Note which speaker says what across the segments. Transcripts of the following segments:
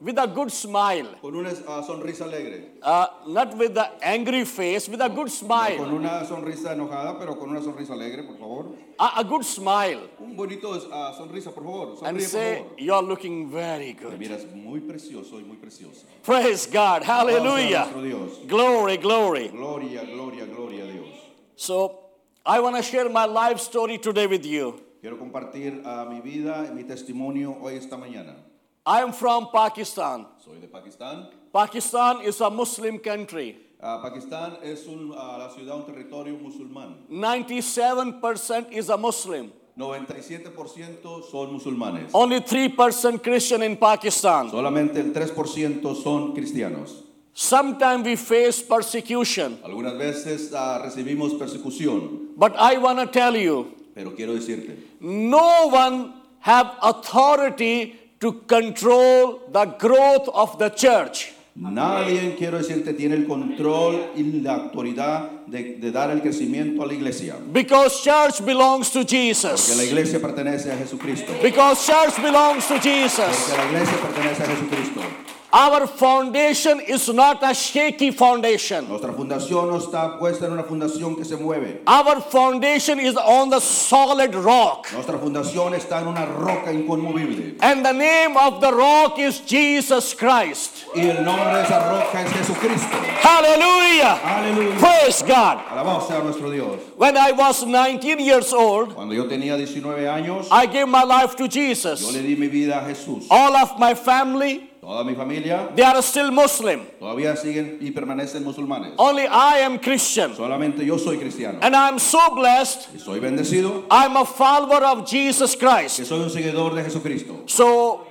Speaker 1: with a good smile,
Speaker 2: con una ah, sonrisa alegre,
Speaker 1: uh, not with the angry face, with a good
Speaker 2: con
Speaker 1: smile,
Speaker 2: una sonrisa enojada, pero con una sonrisa alegre, por favor.
Speaker 1: a, a good smile,
Speaker 2: Un bonito ah, sonrisa, por favor. Sonríe,
Speaker 1: and say,
Speaker 2: por favor.
Speaker 1: You're looking very
Speaker 2: Te
Speaker 1: good.
Speaker 2: miras muy precioso y muy preciosa.
Speaker 1: Praise God,
Speaker 2: Alabanza a
Speaker 1: hallelujah,
Speaker 2: nuestro Dios.
Speaker 1: glory, glory.
Speaker 2: Gloria, gloria, gloria a Dios.
Speaker 1: So, I want to share my life story today with you.
Speaker 2: Quiero compartir ah, mi vida, mi testimonio hoy esta mañana.
Speaker 1: I am from Pakistan.
Speaker 2: Soy de Pakistán.
Speaker 1: Pakistan is a Muslim country.
Speaker 2: Ah, Pakistán es un, ah, la ciudad, un territorio musulmán.
Speaker 1: 97% is a Muslim.
Speaker 2: 97% son musulmanes.
Speaker 1: Only 3% Christian in Pakistan.
Speaker 2: Solamente el 3% son cristianos.
Speaker 1: Sometimes we face persecution,
Speaker 2: Algunas veces ah, recibimos persecución.
Speaker 1: but I want to tell you
Speaker 2: Pero quiero decirte,
Speaker 1: no one have authority to control the growth of the church
Speaker 2: nadie, quiero decirte, tiene el control y la autoridad de, de dar el crecimiento a la iglesia.
Speaker 1: because church belongs to
Speaker 2: Que la
Speaker 1: jesus
Speaker 2: iglesia pertenece a Jesucristo.
Speaker 1: because church belongs to jesus
Speaker 2: Que la iglesia pertenece a Jesucristo.
Speaker 1: our foundation is not a shaky foundation
Speaker 2: Nuestra fundación no está puesta en una fundación que se mueve.
Speaker 1: our foundation is on the solid rock
Speaker 2: Nuestra fundación está en una roca inconmovible.
Speaker 1: and the name of the rock is jesus christ
Speaker 2: Y el nombre de esa roca es Jesucristo.
Speaker 1: hallelujah
Speaker 2: Aleluya.
Speaker 1: praise god
Speaker 2: Alabado sea nuestro Dios.
Speaker 1: when i was 19 years old
Speaker 2: Cuando yo tenía 19 años,
Speaker 1: i gave my life to
Speaker 2: yo
Speaker 1: jesus
Speaker 2: le di mi vida a Jesús.
Speaker 1: all of my family
Speaker 2: Toda mi familia
Speaker 1: They are still Muslim.
Speaker 2: todavía siguen y permanecen musulmanes.
Speaker 1: Only I am Christian.
Speaker 2: Solamente yo soy cristiano.
Speaker 1: And I'm so blessed.
Speaker 2: Y soy bendecido
Speaker 1: I'm a follower of Jesus
Speaker 2: que
Speaker 1: Christ.
Speaker 2: soy un seguidor de Jesucristo.
Speaker 1: So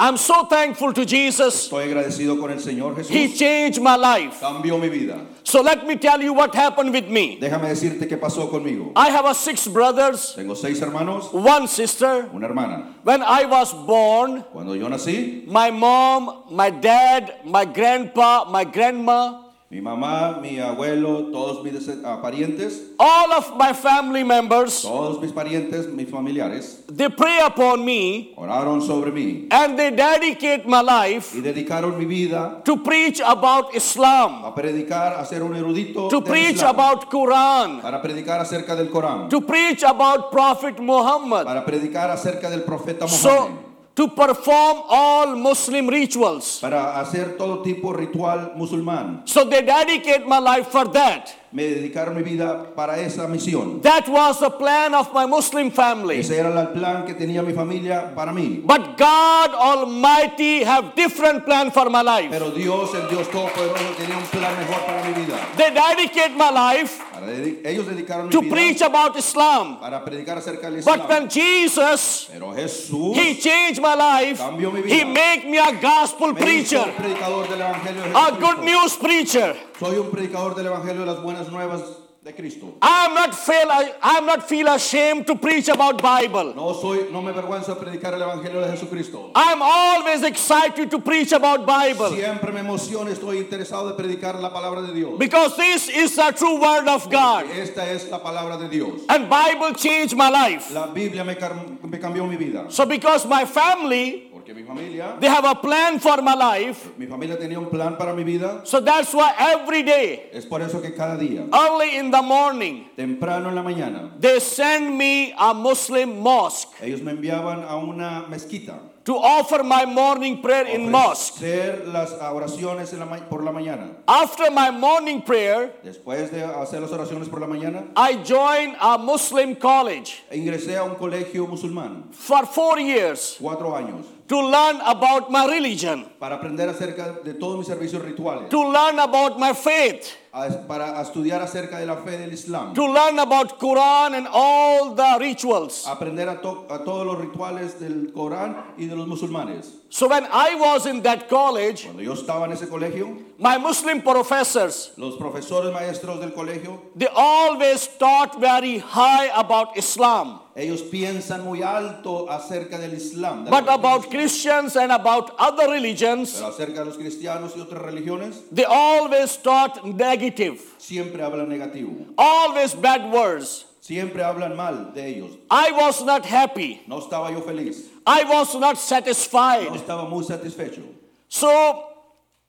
Speaker 1: I'm so thankful to Jesus.
Speaker 2: Estoy agradecido con el Señor
Speaker 1: He
Speaker 2: Jesús.
Speaker 1: changed my life.
Speaker 2: Cambió mi vida.
Speaker 1: So let me tell you what happened with me.
Speaker 2: Déjame decirte qué pasó conmigo.
Speaker 1: I have a six brothers,
Speaker 2: Tengo seis hermanos,
Speaker 1: one sister.
Speaker 2: una hermana.
Speaker 1: When I was born,
Speaker 2: Cuando yo nací,
Speaker 1: my mom, my dad, my grandpa, my grandma,
Speaker 2: mi mamá, mi abuelo, todos mis des- ah, parientes,
Speaker 1: all of my family members,
Speaker 2: todos mis parientes, mis familiares,
Speaker 1: they pray upon me
Speaker 2: oraron sobre mí
Speaker 1: and they dedicate my life
Speaker 2: y dedicaron mi vida
Speaker 1: to preach about Islam,
Speaker 2: a predicar, a ser un erudito,
Speaker 1: to
Speaker 2: del
Speaker 1: preach
Speaker 2: Islam,
Speaker 1: about Quran,
Speaker 2: para predicar acerca del Corán,
Speaker 1: to preach about Prophet Muhammad.
Speaker 2: para predicar acerca del profeta Mohammed.
Speaker 1: So to perform all Muslim rituals.
Speaker 2: para hacer todo tipo de ritual musulmán.
Speaker 1: So they dedicate my life for that.
Speaker 2: Me dedicaron mi vida para esa misión.
Speaker 1: That was the plan of my Muslim family.
Speaker 2: Ese era el plan que tenía mi familia para mí.
Speaker 1: But God Almighty have different plan for my life.
Speaker 2: Pero Dios, el Dios Todopoderoso, tenía un plan mejor para mi vida.
Speaker 1: They dedicate my life
Speaker 2: Para dedi- Ellos dedicaron mi
Speaker 1: to
Speaker 2: vida
Speaker 1: preach about Islam.
Speaker 2: para predicar acerca del Islam.
Speaker 1: But when Jesus
Speaker 2: Pero Jesús
Speaker 1: he changed my life,
Speaker 2: Cambió mi vida.
Speaker 1: he make me a gospel
Speaker 2: me hizo
Speaker 1: preacher,
Speaker 2: un predicador del Evangelio de
Speaker 1: a good
Speaker 2: Jesucristo.
Speaker 1: news preacher.
Speaker 2: Soy un predicador del Evangelio de las Buenas Nuevas de Cristo.
Speaker 1: I am not feel I, am not feel ashamed to preach about Bible.
Speaker 2: No soy, no me avergüenzo de predicar el Evangelio de Jesucristo.
Speaker 1: I am always excited to preach about Bible
Speaker 2: Siempre me emociona, estoy interesado de predicar la palabra de Dios.
Speaker 1: because this is the true word of God.
Speaker 2: Esta es la palabra de Dios.
Speaker 1: And Bible changed my life.
Speaker 2: La Biblia me, car- me cambió mi vida.
Speaker 1: So because my family
Speaker 2: Porque mi familia,
Speaker 1: they have a plan for my life.
Speaker 2: mi familia tenía un plan para mi vida.
Speaker 1: So that's why every day,
Speaker 2: Es por eso que cada día,
Speaker 1: early in the morning,
Speaker 2: temprano en la mañana,
Speaker 1: they send me a Muslim mosque
Speaker 2: ellos me enviaban a una mezquita.
Speaker 1: to offer my morning prayer in mosque.
Speaker 2: Hacer las oraciones en la ma- por la mañana.
Speaker 1: After my morning prayer,
Speaker 2: Después de hacer las oraciones por la mañana,
Speaker 1: I joined a Muslim college
Speaker 2: ingresé a un colegio musulmán,
Speaker 1: for 4 years.
Speaker 2: cuatro años,
Speaker 1: to learn about my religion,
Speaker 2: para aprender acerca de todos mis servicios rituales,
Speaker 1: to learn about my faith,
Speaker 2: a- para estudiar acerca de la fe del Islam.
Speaker 1: to learn about Quran and all the rituals.
Speaker 2: aprender a, to- a todos los rituales del Corán y de los musulmanes.
Speaker 1: So when I was in that college,
Speaker 2: Cuando yo estaba en ese colegio,
Speaker 1: my Muslim professors,
Speaker 2: los profesores maestros del colegio,
Speaker 1: they always taught very high about Islam.
Speaker 2: Ellos piensan muy alto acerca del Islam. de la
Speaker 1: But about Christians and about other religions,
Speaker 2: Pero acerca de los cristianos y otras religiones,
Speaker 1: they always taught negative,
Speaker 2: siempre hablan negativo.
Speaker 1: always bad words.
Speaker 2: Siempre hablan mal de ellos.
Speaker 1: I was not happy.
Speaker 2: No estaba yo feliz.
Speaker 1: I was not
Speaker 2: No
Speaker 1: satisfied.
Speaker 2: estaba muy satisfecho.
Speaker 1: So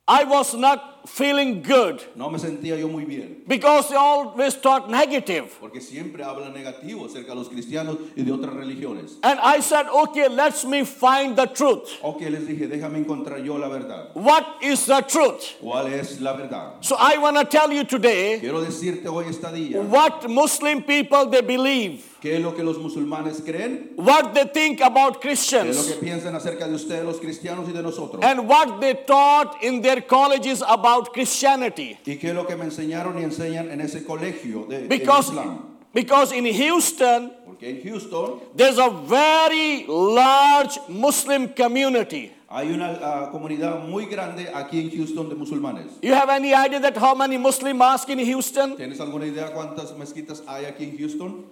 Speaker 1: I was not feeling good
Speaker 2: No me sentía yo muy bien.
Speaker 1: because they always taught negative.
Speaker 2: Porque siempre hablan negativo acerca de los cristianos y de otras religiones.
Speaker 1: And I said, okay, let me find the truth.
Speaker 2: Ok, les dije, déjame encontrar yo la verdad.
Speaker 1: What is the truth?
Speaker 2: ¿Cuál es la verdad?
Speaker 1: So I want to tell you today
Speaker 2: Quiero decirte hoy esta día
Speaker 1: what Muslim people they believe,
Speaker 2: qué es lo que los musulmanes creen,
Speaker 1: what they think about
Speaker 2: qué es lo
Speaker 1: Christians,
Speaker 2: que piensan acerca de ustedes, los cristianos y de nosotros.
Speaker 1: and what they taught in their colleges about Christianity.
Speaker 2: Y qué es lo que me enseñaron y enseñan en ese colegio de, de
Speaker 1: Because,
Speaker 2: Islam.
Speaker 1: because in Houston,
Speaker 2: Porque en Houston
Speaker 1: there's a very large Muslim community.
Speaker 2: hay una ah, comunidad muy grande aquí en Houston de musulmanes.
Speaker 1: You have any idea that how many Muslim mosques in Houston?
Speaker 2: ¿Tienes alguna idea cuántas mezquitas hay aquí en Houston?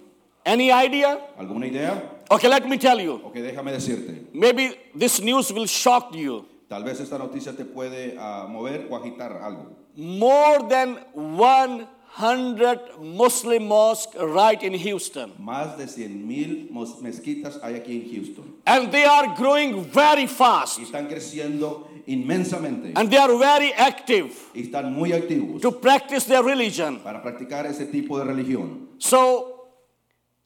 Speaker 1: Any idea?
Speaker 2: ¿Alguna idea?
Speaker 1: Okay, let me tell you.
Speaker 2: Ok, déjame decirte.
Speaker 1: Maybe this news will shock you.
Speaker 2: Tal vez esta noticia te puede ah, mover o agitar algo.
Speaker 1: More than 100 Muslim mosques right in Houston.
Speaker 2: Más de 100.000 mos- mezquitas hay aquí en Houston.
Speaker 1: And they are growing very fast.
Speaker 2: Y están creciendo inmensamente.
Speaker 1: And they are very active
Speaker 2: Y están muy activos
Speaker 1: to practice their religion.
Speaker 2: para practicar ese tipo de religión.
Speaker 1: So,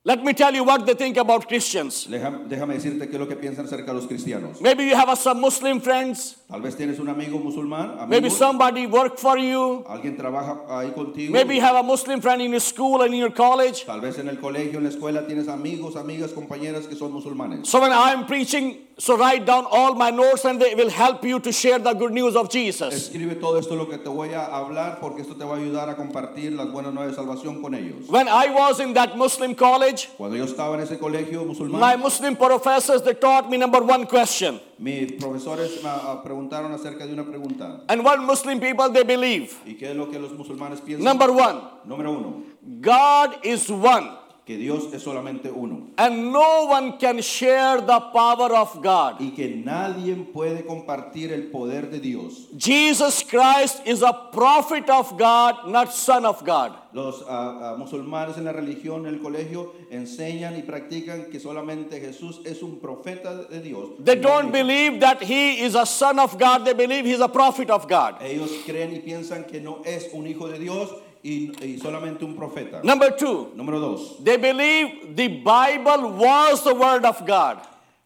Speaker 1: let me tell you what they think about Christians.
Speaker 2: Deja- déjame decirte qué es lo que piensan acerca de los cristianos.
Speaker 1: Maybe you have a- some Muslim friends.
Speaker 2: Tal vez tienes un amigo musulmán. amigo,
Speaker 1: Maybe somebody work for you.
Speaker 2: Alguien trabaja ahí contigo.
Speaker 1: Maybe you have a Muslim friend in your school and in your college.
Speaker 2: Tal vez en el colegio, en la escuela, tienes amigos, amigas, compañeras que son musulmanes.
Speaker 1: So when I'm preaching, so write down all my notes and they will help you to share the good news of Jesus.
Speaker 2: Escribe todo esto lo que te voy a hablar porque esto te va a ayudar a compartir las buenas nuevas de salvación con ellos.
Speaker 1: When I was in that Muslim college,
Speaker 2: Cuando yo estaba en ese colegio
Speaker 1: my
Speaker 2: musulmán,
Speaker 1: Muslim professors they taught me number one question.
Speaker 2: mis profesores me ah, preguntaron acerca de una pregunta.
Speaker 1: And what Muslim people they believe.
Speaker 2: ¿Y qué es lo que los musulmanes piensan?
Speaker 1: Number one,
Speaker 2: Número uno,
Speaker 1: God is one.
Speaker 2: que Dios es solamente uno
Speaker 1: And no one can share the power of God.
Speaker 2: y que nadie puede compartir el poder de Dios.
Speaker 1: Jesus Christ is a prophet of God, not son of God.
Speaker 2: Los ah, ah, musulmanes en la religión, en el colegio, enseñan y practican que solamente Jesús es un profeta de Dios.
Speaker 1: They
Speaker 2: No
Speaker 1: don't
Speaker 2: Dios.
Speaker 1: believe that he is a son of God, they believe he's a prophet of God.
Speaker 2: Ellos creen y piensan que no es un hijo de Dios y, y solamente un profeta.
Speaker 1: Number two,
Speaker 2: Número dos,
Speaker 1: they believe the Bible was the word of God.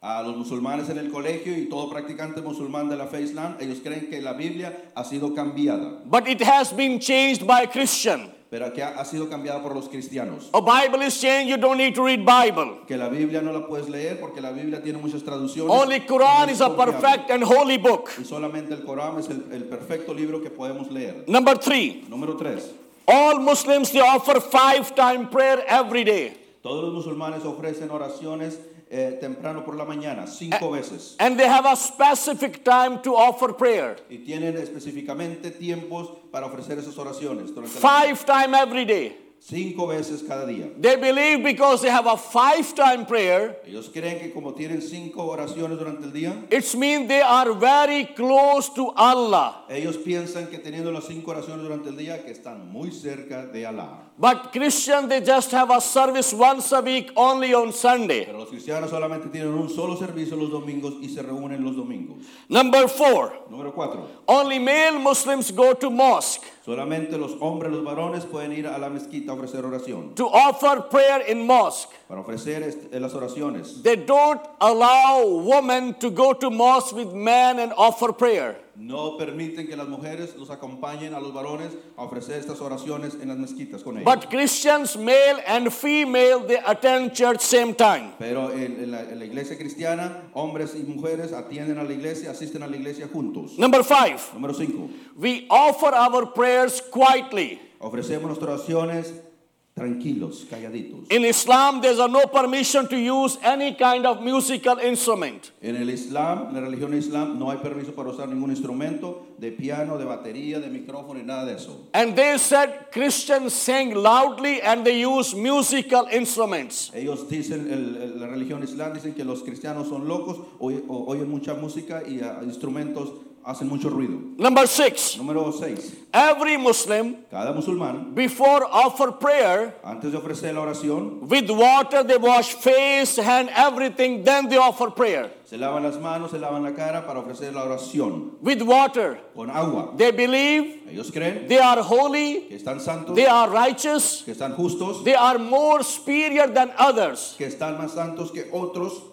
Speaker 2: a los musulmanes en el colegio y todo practicante musulmán de la fe islam, ellos creen que la Biblia ha sido cambiada,
Speaker 1: But it has been changed by a Christian.
Speaker 2: pero que ha, ha sido cambiada por los cristianos.
Speaker 1: A Bible is changed, you don't need to read Bible.
Speaker 2: Que la Biblia no la puedes leer porque la Biblia tiene muchas traducciones.
Speaker 1: Only Quran is a perfect and holy book.
Speaker 2: Y solamente el Corán es el, el perfecto libro que podemos leer.
Speaker 1: Number three,
Speaker 2: Número tres,
Speaker 1: all Muslims they offer five time prayer every day.
Speaker 2: todos los musulmanes ofrecen oraciones eh, temprano por la mañana, cinco
Speaker 1: Eh.
Speaker 2: veces.
Speaker 1: And they have a specific time to offer prayer.
Speaker 2: Y tienen específicamente tiempos para ofrecer esas oraciones. durante la-
Speaker 1: Five time every day.
Speaker 2: cinco veces cada día.
Speaker 1: They believe because they have a five time prayer,
Speaker 2: Ellos creen que como tienen cinco oraciones durante el día,
Speaker 1: it's mean they are very close to Allah.
Speaker 2: ellos piensan que teniendo las cinco oraciones durante el día, que están muy cerca de Alá.
Speaker 1: But Christian, they just have a service once a week only on Sunday.
Speaker 2: Pero los cristianos solamente tienen un solo servicio los domingos y se reúnen los domingos.
Speaker 1: Number four,
Speaker 2: Número cuatro,
Speaker 1: only male Muslims go to mosque
Speaker 2: solamente los hombres, los varones pueden ir a la mezquita a ofrecer oración.
Speaker 1: to offer prayer in mosque.
Speaker 2: Para ofrecer est- eh, las oraciones.
Speaker 1: They don't allow women to go to mosque with men and offer prayer.
Speaker 2: No permiten que las mujeres los acompañen a los varones a ofrecer estas oraciones en las mezquitas con ellos.
Speaker 1: But Christians, male and female, they attend church same time.
Speaker 2: Pero en, en la, en la iglesia cristiana, hombres y mujeres atienden a la iglesia, asisten a la iglesia juntos.
Speaker 1: Number five,
Speaker 2: Número 5.
Speaker 1: we offer our prayers quietly.
Speaker 2: Ofrecemos nuestras oraciones tranquilos, calladitos.
Speaker 1: In Islam, there's a no permission to use any kind of musical instrument.
Speaker 2: En el Islam, en la religión Islam, no hay permiso para usar ningún instrumento de piano, de batería, de micrófono y nada de eso.
Speaker 1: And they said Christians sing loudly and they use musical instruments.
Speaker 2: Ellos dicen, el- el- la religión Islam dicen que los cristianos son locos, oy- o- oyen mucha música y ah, instrumentos hacen mucho ruido.
Speaker 1: Number six,
Speaker 2: Número 6.
Speaker 1: every Muslim,
Speaker 2: Cada musulmán,
Speaker 1: before offer prayer,
Speaker 2: antes de ofrecer la oración,
Speaker 1: with water they wash face, hand, everything, then they offer prayer.
Speaker 2: se lavan las manos, se lavan la cara para ofrecer la oración
Speaker 1: With water,
Speaker 2: con agua.
Speaker 1: they believe
Speaker 2: Ellos creen
Speaker 1: they are holy,
Speaker 2: que están santos,
Speaker 1: they are righteous,
Speaker 2: que están justos,
Speaker 1: they are more superior than others.
Speaker 2: que están más santos que otros.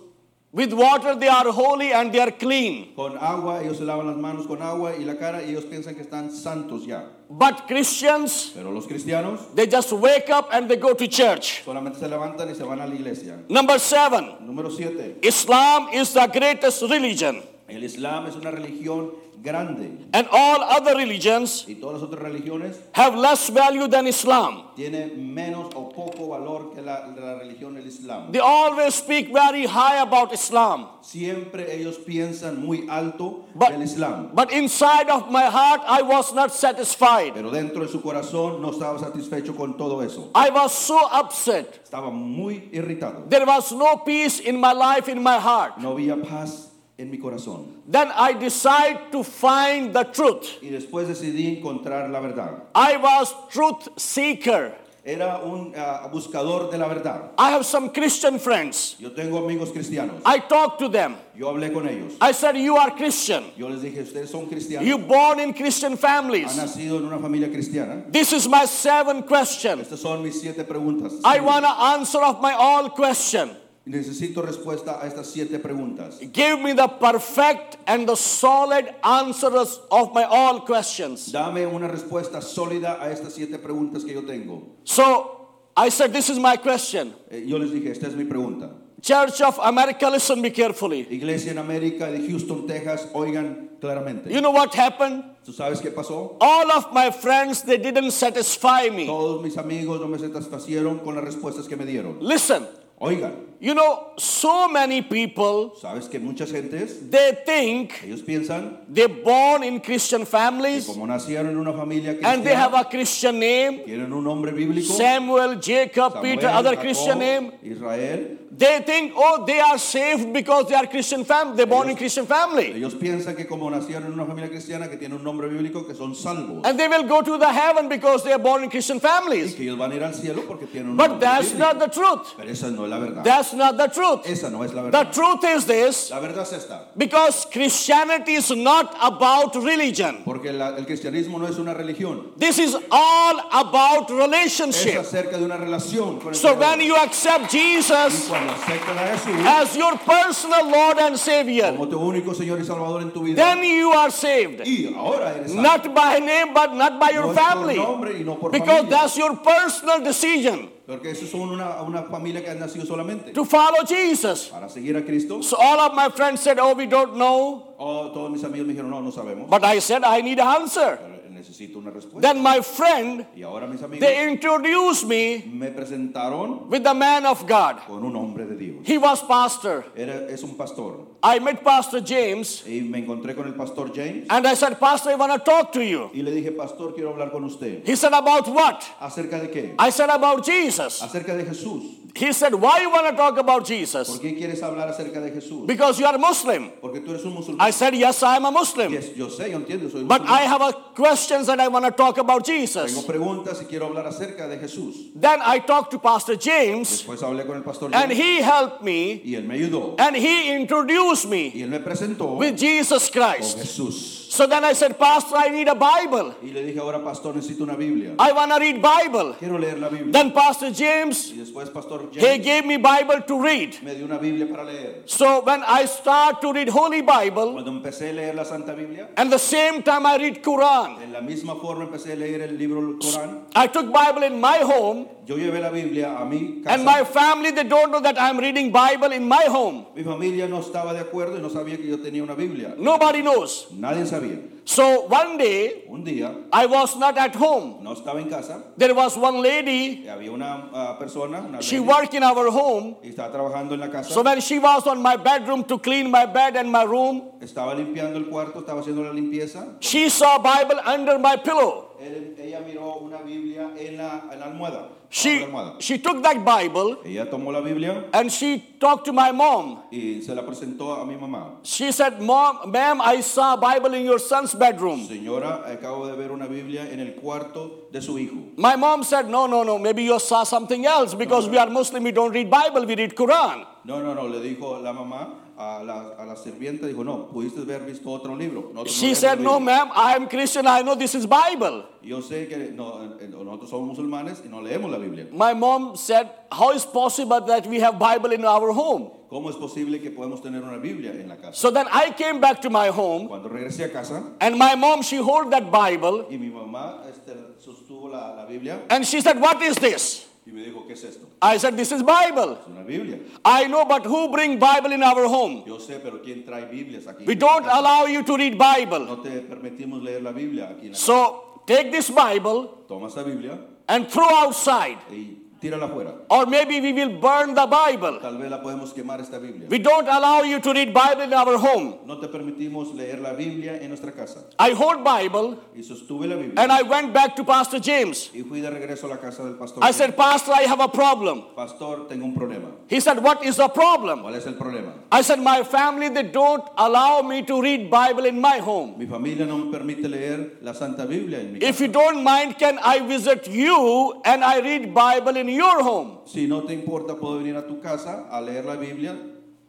Speaker 1: With water they are holy and they are clean.
Speaker 2: Con agua, ellos se lavan las manos con agua y la cara y ellos piensan que están santos ya.
Speaker 1: But Christians,
Speaker 2: Pero los cristianos
Speaker 1: they just wake up and they go to church.
Speaker 2: solamente se levantan y se van a la iglesia.
Speaker 1: Number seven,
Speaker 2: Número 7.
Speaker 1: Islam is the greatest religion,
Speaker 2: El Islam es una religión grande
Speaker 1: and all other religions
Speaker 2: y todas las otras religiones
Speaker 1: have less value than Islam.
Speaker 2: tienen menos o poco valor que la, la religión del Islam.
Speaker 1: They always speak very high about Islam.
Speaker 2: Siempre ellos piensan muy alto
Speaker 1: But-
Speaker 2: del Islam,
Speaker 1: But inside of my heart, I was not satisfied.
Speaker 2: pero dentro de su corazón no estaba satisfecho con todo eso.
Speaker 1: I was so upset.
Speaker 2: Estaba muy irritado.
Speaker 1: There was no peace in my life, in my heart.
Speaker 2: No había paz en mi corazón.
Speaker 1: Then I decided to find the truth.
Speaker 2: Y después decidí encontrar la verdad.
Speaker 1: I was truth seeker.
Speaker 2: Era un ah, buscador de la verdad.
Speaker 1: I have some Christian friends.
Speaker 2: Yo tengo amigos cristianos.
Speaker 1: I talked to them.
Speaker 2: Yo hablé con ellos.
Speaker 1: I said, "You are Christian.
Speaker 2: Yo les dije, ustedes son cristianos.
Speaker 1: You born in Christian
Speaker 2: Han
Speaker 1: families."
Speaker 2: nacido en una familia cristiana.
Speaker 1: This is my seven question.
Speaker 2: Estas son mis siete preguntas.
Speaker 1: I want an answer of my all question.
Speaker 2: Necesito respuesta a estas siete preguntas.
Speaker 1: Give me the perfect and the solid answers of my all questions.
Speaker 2: Dame una respuesta sólida a estas siete preguntas que yo tengo.
Speaker 1: So I said, This is my question.
Speaker 2: Eh, yo les dije, esta es mi pregunta.
Speaker 1: Church of America, listen me carefully.
Speaker 2: Iglesia en América de Houston, Texas, oigan claramente.
Speaker 1: You know what happened?
Speaker 2: ¿Tú sabes qué pasó?
Speaker 1: All of my friends, they didn't satisfy me.
Speaker 2: Todos mis amigos no me satisfacieron con las respuestas que me dieron.
Speaker 1: Listen,
Speaker 2: Oigan,
Speaker 1: you know, so many people,
Speaker 2: ¿sabes que muchas gentes,
Speaker 1: they think
Speaker 2: ellos piensan
Speaker 1: they're born in Christian
Speaker 2: que
Speaker 1: families
Speaker 2: como nacieron en una familia
Speaker 1: and they have
Speaker 2: cristiana,
Speaker 1: a Christian name.
Speaker 2: tienen un nombre bíblico,
Speaker 1: Samuel, Jacob,
Speaker 2: Samuel, oh.
Speaker 1: Peter, other
Speaker 2: Jacob,
Speaker 1: Christian name.
Speaker 2: Israel.
Speaker 1: They think, oh, they are saved because they are Christian family. They're born in Christian family.
Speaker 2: Ellos piensan que como nacieron en una familia cristiana que tiene un nombre bíblico, que son salvos,
Speaker 1: And they will go to the heaven because they are born in Christian families.
Speaker 2: que ellos van a ir al cielo porque tienen un
Speaker 1: But
Speaker 2: nombre
Speaker 1: that's
Speaker 2: bíblico.
Speaker 1: not the truth.
Speaker 2: Pero esa no es la verdad.
Speaker 1: That's not the truth.
Speaker 2: esa no es la
Speaker 1: The
Speaker 2: verdad.
Speaker 1: truth is this
Speaker 2: la verdad es esta.
Speaker 1: because Christianity is not about religion.
Speaker 2: Porque la- el cristianismo no es una religión.
Speaker 1: This is all about
Speaker 2: Es
Speaker 1: relationship.
Speaker 2: acerca de una relación con el
Speaker 1: So
Speaker 2: Creador.
Speaker 1: when you accept
Speaker 2: Y
Speaker 1: Jesus
Speaker 2: cuando aceptan a Jesús
Speaker 1: as your personal Lord and Savior,
Speaker 2: como tu único Señor y Salvador en tu vida,
Speaker 1: then you are saved.
Speaker 2: y ahora eres salvo.
Speaker 1: Not by name, but not by
Speaker 2: No
Speaker 1: your
Speaker 2: es por
Speaker 1: family.
Speaker 2: nombre y no por
Speaker 1: Because
Speaker 2: familia.
Speaker 1: that's your personal decision
Speaker 2: Porque eso es una, una familia que ha nacido solamente
Speaker 1: to follow Jesus.
Speaker 2: para seguir a Cristo.
Speaker 1: So all of my friends said, Oh, we don't know.
Speaker 2: Oh, todos mis amigos me dijeron, no, no sabemos.
Speaker 1: But I said, I need an answer.
Speaker 2: Pero necesito una respuesta.
Speaker 1: Then my friend,
Speaker 2: y ahora mis amigos
Speaker 1: they introduced me
Speaker 2: me presentaron
Speaker 1: with the man of God.
Speaker 2: con un hombre de Dios.
Speaker 1: He was pastor.
Speaker 2: Era, es un pastor.
Speaker 1: I met Pastor James
Speaker 2: Y me encontré con el pastor James
Speaker 1: and I said, Pastor, I want to talk to you.
Speaker 2: y le dije, pastor, quiero hablar con usted.
Speaker 1: He said, About what?
Speaker 2: ¿Acerca de qué?
Speaker 1: I said, About Jesus.
Speaker 2: Acerca de Jesús.
Speaker 1: He said, Why you want to talk about
Speaker 2: ¿Por
Speaker 1: Jesus?
Speaker 2: qué quieres hablar acerca de Jesús?
Speaker 1: Because you are Muslim.
Speaker 2: Porque tú eres un musulmán.
Speaker 1: I said, Yes, I am a Muslim.
Speaker 2: Yes, yo sé, yo entiendo, soy
Speaker 1: But I
Speaker 2: musulmán.
Speaker 1: have a questions and I want to talk about
Speaker 2: Tengo
Speaker 1: Jesus.
Speaker 2: preguntas y quiero hablar acerca de Jesús.
Speaker 1: Then I talked to Pastor James
Speaker 2: Después hablé con el pastor
Speaker 1: and
Speaker 2: James
Speaker 1: he helped me
Speaker 2: y él me ayudó.
Speaker 1: and he introduced me
Speaker 2: Y él me presentó con
Speaker 1: with Jesus Christ.
Speaker 2: Jesús.
Speaker 1: So then I said, Pastor, I need a Bible.
Speaker 2: Y le dije, ahora pastor, necesito una Biblia.
Speaker 1: I want to read Bible.
Speaker 2: Quiero leer la Biblia.
Speaker 1: Then Pastor James,
Speaker 2: Y después pastor
Speaker 1: he
Speaker 2: James
Speaker 1: gave me Bible to read.
Speaker 2: me dio una Biblia para leer.
Speaker 1: So when I start to read Holy Bible,
Speaker 2: Cuando empecé a leer la Santa Biblia,
Speaker 1: and the same time I read Quran,
Speaker 2: en la misma forma empecé a leer el libro del Corán.
Speaker 1: I took Bible in my home
Speaker 2: Yo llevé la Biblia a mi casa.
Speaker 1: And my family, they don't know that I'm reading Bible in my home.
Speaker 2: Mi familia no estaba de acuerdo y no sabía que yo tenía una Biblia.
Speaker 1: Nobody knows.
Speaker 2: Nadie sabía.
Speaker 1: So one day,
Speaker 2: Un día
Speaker 1: I was not at home.
Speaker 2: no estaba en casa
Speaker 1: There was one lady,
Speaker 2: y había una ah, persona, una
Speaker 1: she
Speaker 2: lady,
Speaker 1: worked in our home.
Speaker 2: y estaba trabajando en la casa.
Speaker 1: So when she was on my bedroom to clean my bed and my room,
Speaker 2: estaba limpiando el cuarto, estaba haciendo la limpieza.
Speaker 1: she saw Bible under my pillow.
Speaker 2: Él- ella miró una Biblia en la, en la almohada. bajo la
Speaker 1: She,
Speaker 2: almohada.
Speaker 1: she took that Bible
Speaker 2: Ella tomó la Biblia
Speaker 1: and she talked to my mom.
Speaker 2: y se la presentó a mi mamá.
Speaker 1: She said, Mom, ma'am, I saw Bible in your son's bedroom.
Speaker 2: Señora, acabo de ver una Biblia en el cuarto de su hijo.
Speaker 1: My mom said, No, no, no, maybe you saw something else because we are Muslim, we don't read Bible, we read Quran.
Speaker 2: No, no, no, le dijo la mamá a la, a la serpiente, dijo, no, pudiste haber visto otro libro. Nosotros no
Speaker 1: She
Speaker 2: leemos
Speaker 1: said, No,
Speaker 2: Biblia.
Speaker 1: ma'am, I am Christian, I know this is Bible.
Speaker 2: Yo sé que no, eh, nosotros somos musulmanes y no leemos la Biblia.
Speaker 1: My mom said, How is possible that we have Bible in our home?
Speaker 2: ¿Cómo es posible que podemos tener una Biblia en la casa?
Speaker 1: So then I came back to my home
Speaker 2: Cuando regresé a casa
Speaker 1: and my mom, she hold that Bible
Speaker 2: y mi mamá este, sostuvo la, la Biblia
Speaker 1: and she said, What is this?
Speaker 2: y me dijo, ¿qué es esto?
Speaker 1: I said, This is Bible.
Speaker 2: Es una Biblia.
Speaker 1: I know, but who bring Bible in our home?
Speaker 2: Yo sé, pero ¿quién trae Biblias aquí?
Speaker 1: We don't allow you to read Bible.
Speaker 2: No te permitimos leer la Biblia aquí en la casa.
Speaker 1: So take this Bible
Speaker 2: Toma esta Biblia
Speaker 1: and throw outside.
Speaker 2: y tírala afuera.
Speaker 1: Or maybe we will burn the Bible.
Speaker 2: Tal vez la podemos quemar esta Biblia.
Speaker 1: We don't allow you to read Bible in our home.
Speaker 2: No te permitimos leer la Biblia en nuestra casa.
Speaker 1: I hold Bible
Speaker 2: Y sostuve la Biblia
Speaker 1: and I went back to Pastor James.
Speaker 2: y fui de regreso a la casa del pastor.
Speaker 1: I said, Pastor, I have a problem.
Speaker 2: pastor, tengo un problema.
Speaker 1: He said, What is the problem?
Speaker 2: ¿Cuál es el problema?
Speaker 1: I said, My family, they don't allow me to read Bible in my home.
Speaker 2: Mi familia no me permite leer la Santa Biblia en mi casa.
Speaker 1: If you don't mind, can I visit you and I read Bible in your home?
Speaker 2: Si no te importa, puedo venir a tu casa a leer la Biblia.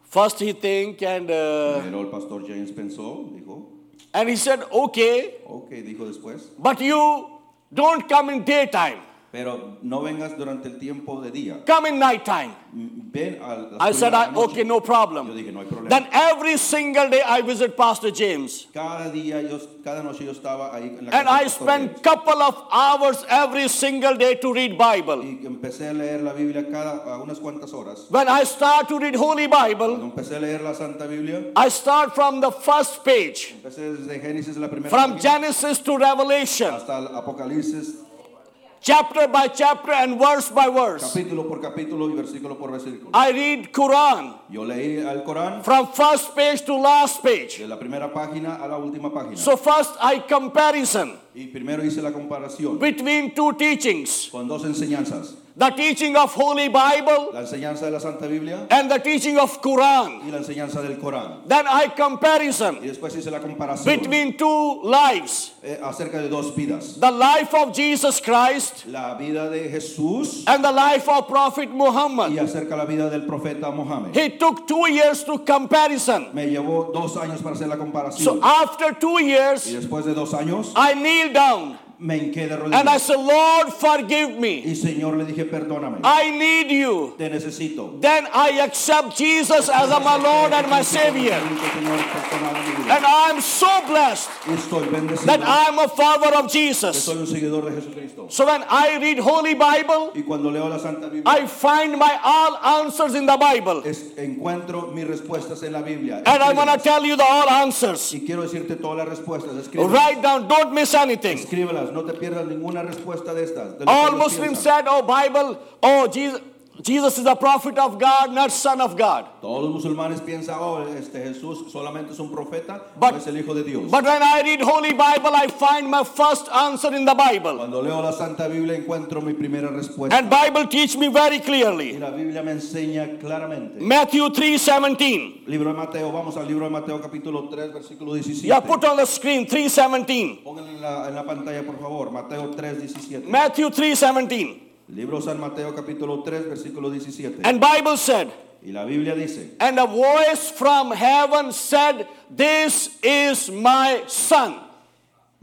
Speaker 1: First he think and uh,
Speaker 2: Pero el pastor James pensó, dijo,
Speaker 1: and he said, Okay,
Speaker 2: ok, dijo después,
Speaker 1: but you don't come in daytime.
Speaker 2: pero no vengas durante el tiempo de día.
Speaker 1: Come in nighttime.
Speaker 2: Mm, Ven a las
Speaker 1: I
Speaker 2: nueve
Speaker 1: said,
Speaker 2: de la
Speaker 1: I,
Speaker 2: noche".
Speaker 1: okay, no
Speaker 2: Yo
Speaker 1: problem.
Speaker 2: dije, no hay problema.
Speaker 1: Then every single day I visit Pastor James.
Speaker 2: cada día, yo, cada noche yo estaba ahí en la casa del
Speaker 1: And I
Speaker 2: pastor
Speaker 1: spend
Speaker 2: James.
Speaker 1: couple of hours every single day to read Bible.
Speaker 2: Y empecé a leer la Biblia cada a unas cuantas horas.
Speaker 1: When I start to read Holy
Speaker 2: Cuando
Speaker 1: Bible,
Speaker 2: empecé a leer la Santa Biblia,
Speaker 1: I start from the first page,
Speaker 2: empecé desde Génesis la primera
Speaker 1: from
Speaker 2: página,
Speaker 1: Genesis to Revelation,
Speaker 2: hasta el Apocalipsis,
Speaker 1: chapter by chapter and verse by verse.
Speaker 2: capítulo por capítulo y versículo por versículo.
Speaker 1: I read Quran
Speaker 2: Yo leí al Corán
Speaker 1: from first page to last page.
Speaker 2: de la primera página a la última página.
Speaker 1: So first I comparison
Speaker 2: y primero hice la comparación
Speaker 1: between two teachings,
Speaker 2: con dos enseñanzas,
Speaker 1: the teaching of Holy Bible
Speaker 2: la enseñanza de la Santa Biblia
Speaker 1: and the teaching of Quran.
Speaker 2: y la enseñanza del Corán.
Speaker 1: Then I
Speaker 2: Y
Speaker 1: comparison
Speaker 2: después hice la comparación
Speaker 1: between two lives.
Speaker 2: eh, acerca de dos vidas,
Speaker 1: The life of Jesus Christ
Speaker 2: la vida de Jesús
Speaker 1: and the life of Prophet
Speaker 2: y
Speaker 1: Muhammad.
Speaker 2: acerca de la vida del profeta Mohammed.
Speaker 1: He took two years to comparison.
Speaker 2: Me llevó dos años para hacer la comparación.
Speaker 1: So ah, after two
Speaker 2: Y
Speaker 1: years,
Speaker 2: después de dos años
Speaker 1: I kneel down
Speaker 2: me hinqué de
Speaker 1: and I
Speaker 2: rodillas.
Speaker 1: said, Lord, forgive me.
Speaker 2: Y Señor le dije, perdóname,
Speaker 1: I need you.
Speaker 2: te necesito.
Speaker 1: Then I accept Jesus as my Lord and my Savior.
Speaker 2: Señor, perdóname mi vida.
Speaker 1: And I'm so blessed
Speaker 2: Y Estoy bendecido.
Speaker 1: that I'm a follower of
Speaker 2: que
Speaker 1: Jesus.
Speaker 2: Soy un seguidor de Jesucristo.
Speaker 1: So when I read Holy Bible,
Speaker 2: Y cuando leo la Santa Biblia,
Speaker 1: I find my all answers in the Bible.
Speaker 2: es- encuentro mis respuestas en la Biblia.
Speaker 1: And I want to
Speaker 2: Escríbelas.
Speaker 1: tell you the all answers.
Speaker 2: Y quiero decirte todas las respuestas. Escríbelas.
Speaker 1: Write down, don't miss anything.
Speaker 2: Escríbelas. No te pierdas ninguna respuesta de estas. de lo
Speaker 1: All
Speaker 2: que ellos
Speaker 1: Muslims
Speaker 2: piensan.
Speaker 1: said, oh, Bible, oh, Jesus, Jesus is the prophet of God, not son of God.
Speaker 2: Todos los musulmanes piensan, oh, este Jesús solamente es un profeta,
Speaker 1: But-
Speaker 2: no es el Hijo de Dios.
Speaker 1: But when I read Holy Bible, I find my first answer in the Bible.
Speaker 2: cuando leo la Santa Biblia encuentro mi primera respuesta.
Speaker 1: And Bible teach me very
Speaker 2: Y
Speaker 1: clearly.
Speaker 2: la Biblia me enseña claramente.
Speaker 1: Matthew 3.17.
Speaker 2: Libro de Mateo, vamos al libro de Mateo capítulo 3, versículo 17.
Speaker 1: Yeah, put on the screen 3.17.
Speaker 2: Pónganlo en la, en la pantalla, por favor. Mateo 3, 17.
Speaker 1: Matthew 3.17.
Speaker 2: Libro San Mateo capítulo 3, versículo 17.
Speaker 1: And Bible said,
Speaker 2: y la Biblia dice,
Speaker 1: and a voice from heaven said, this is my son.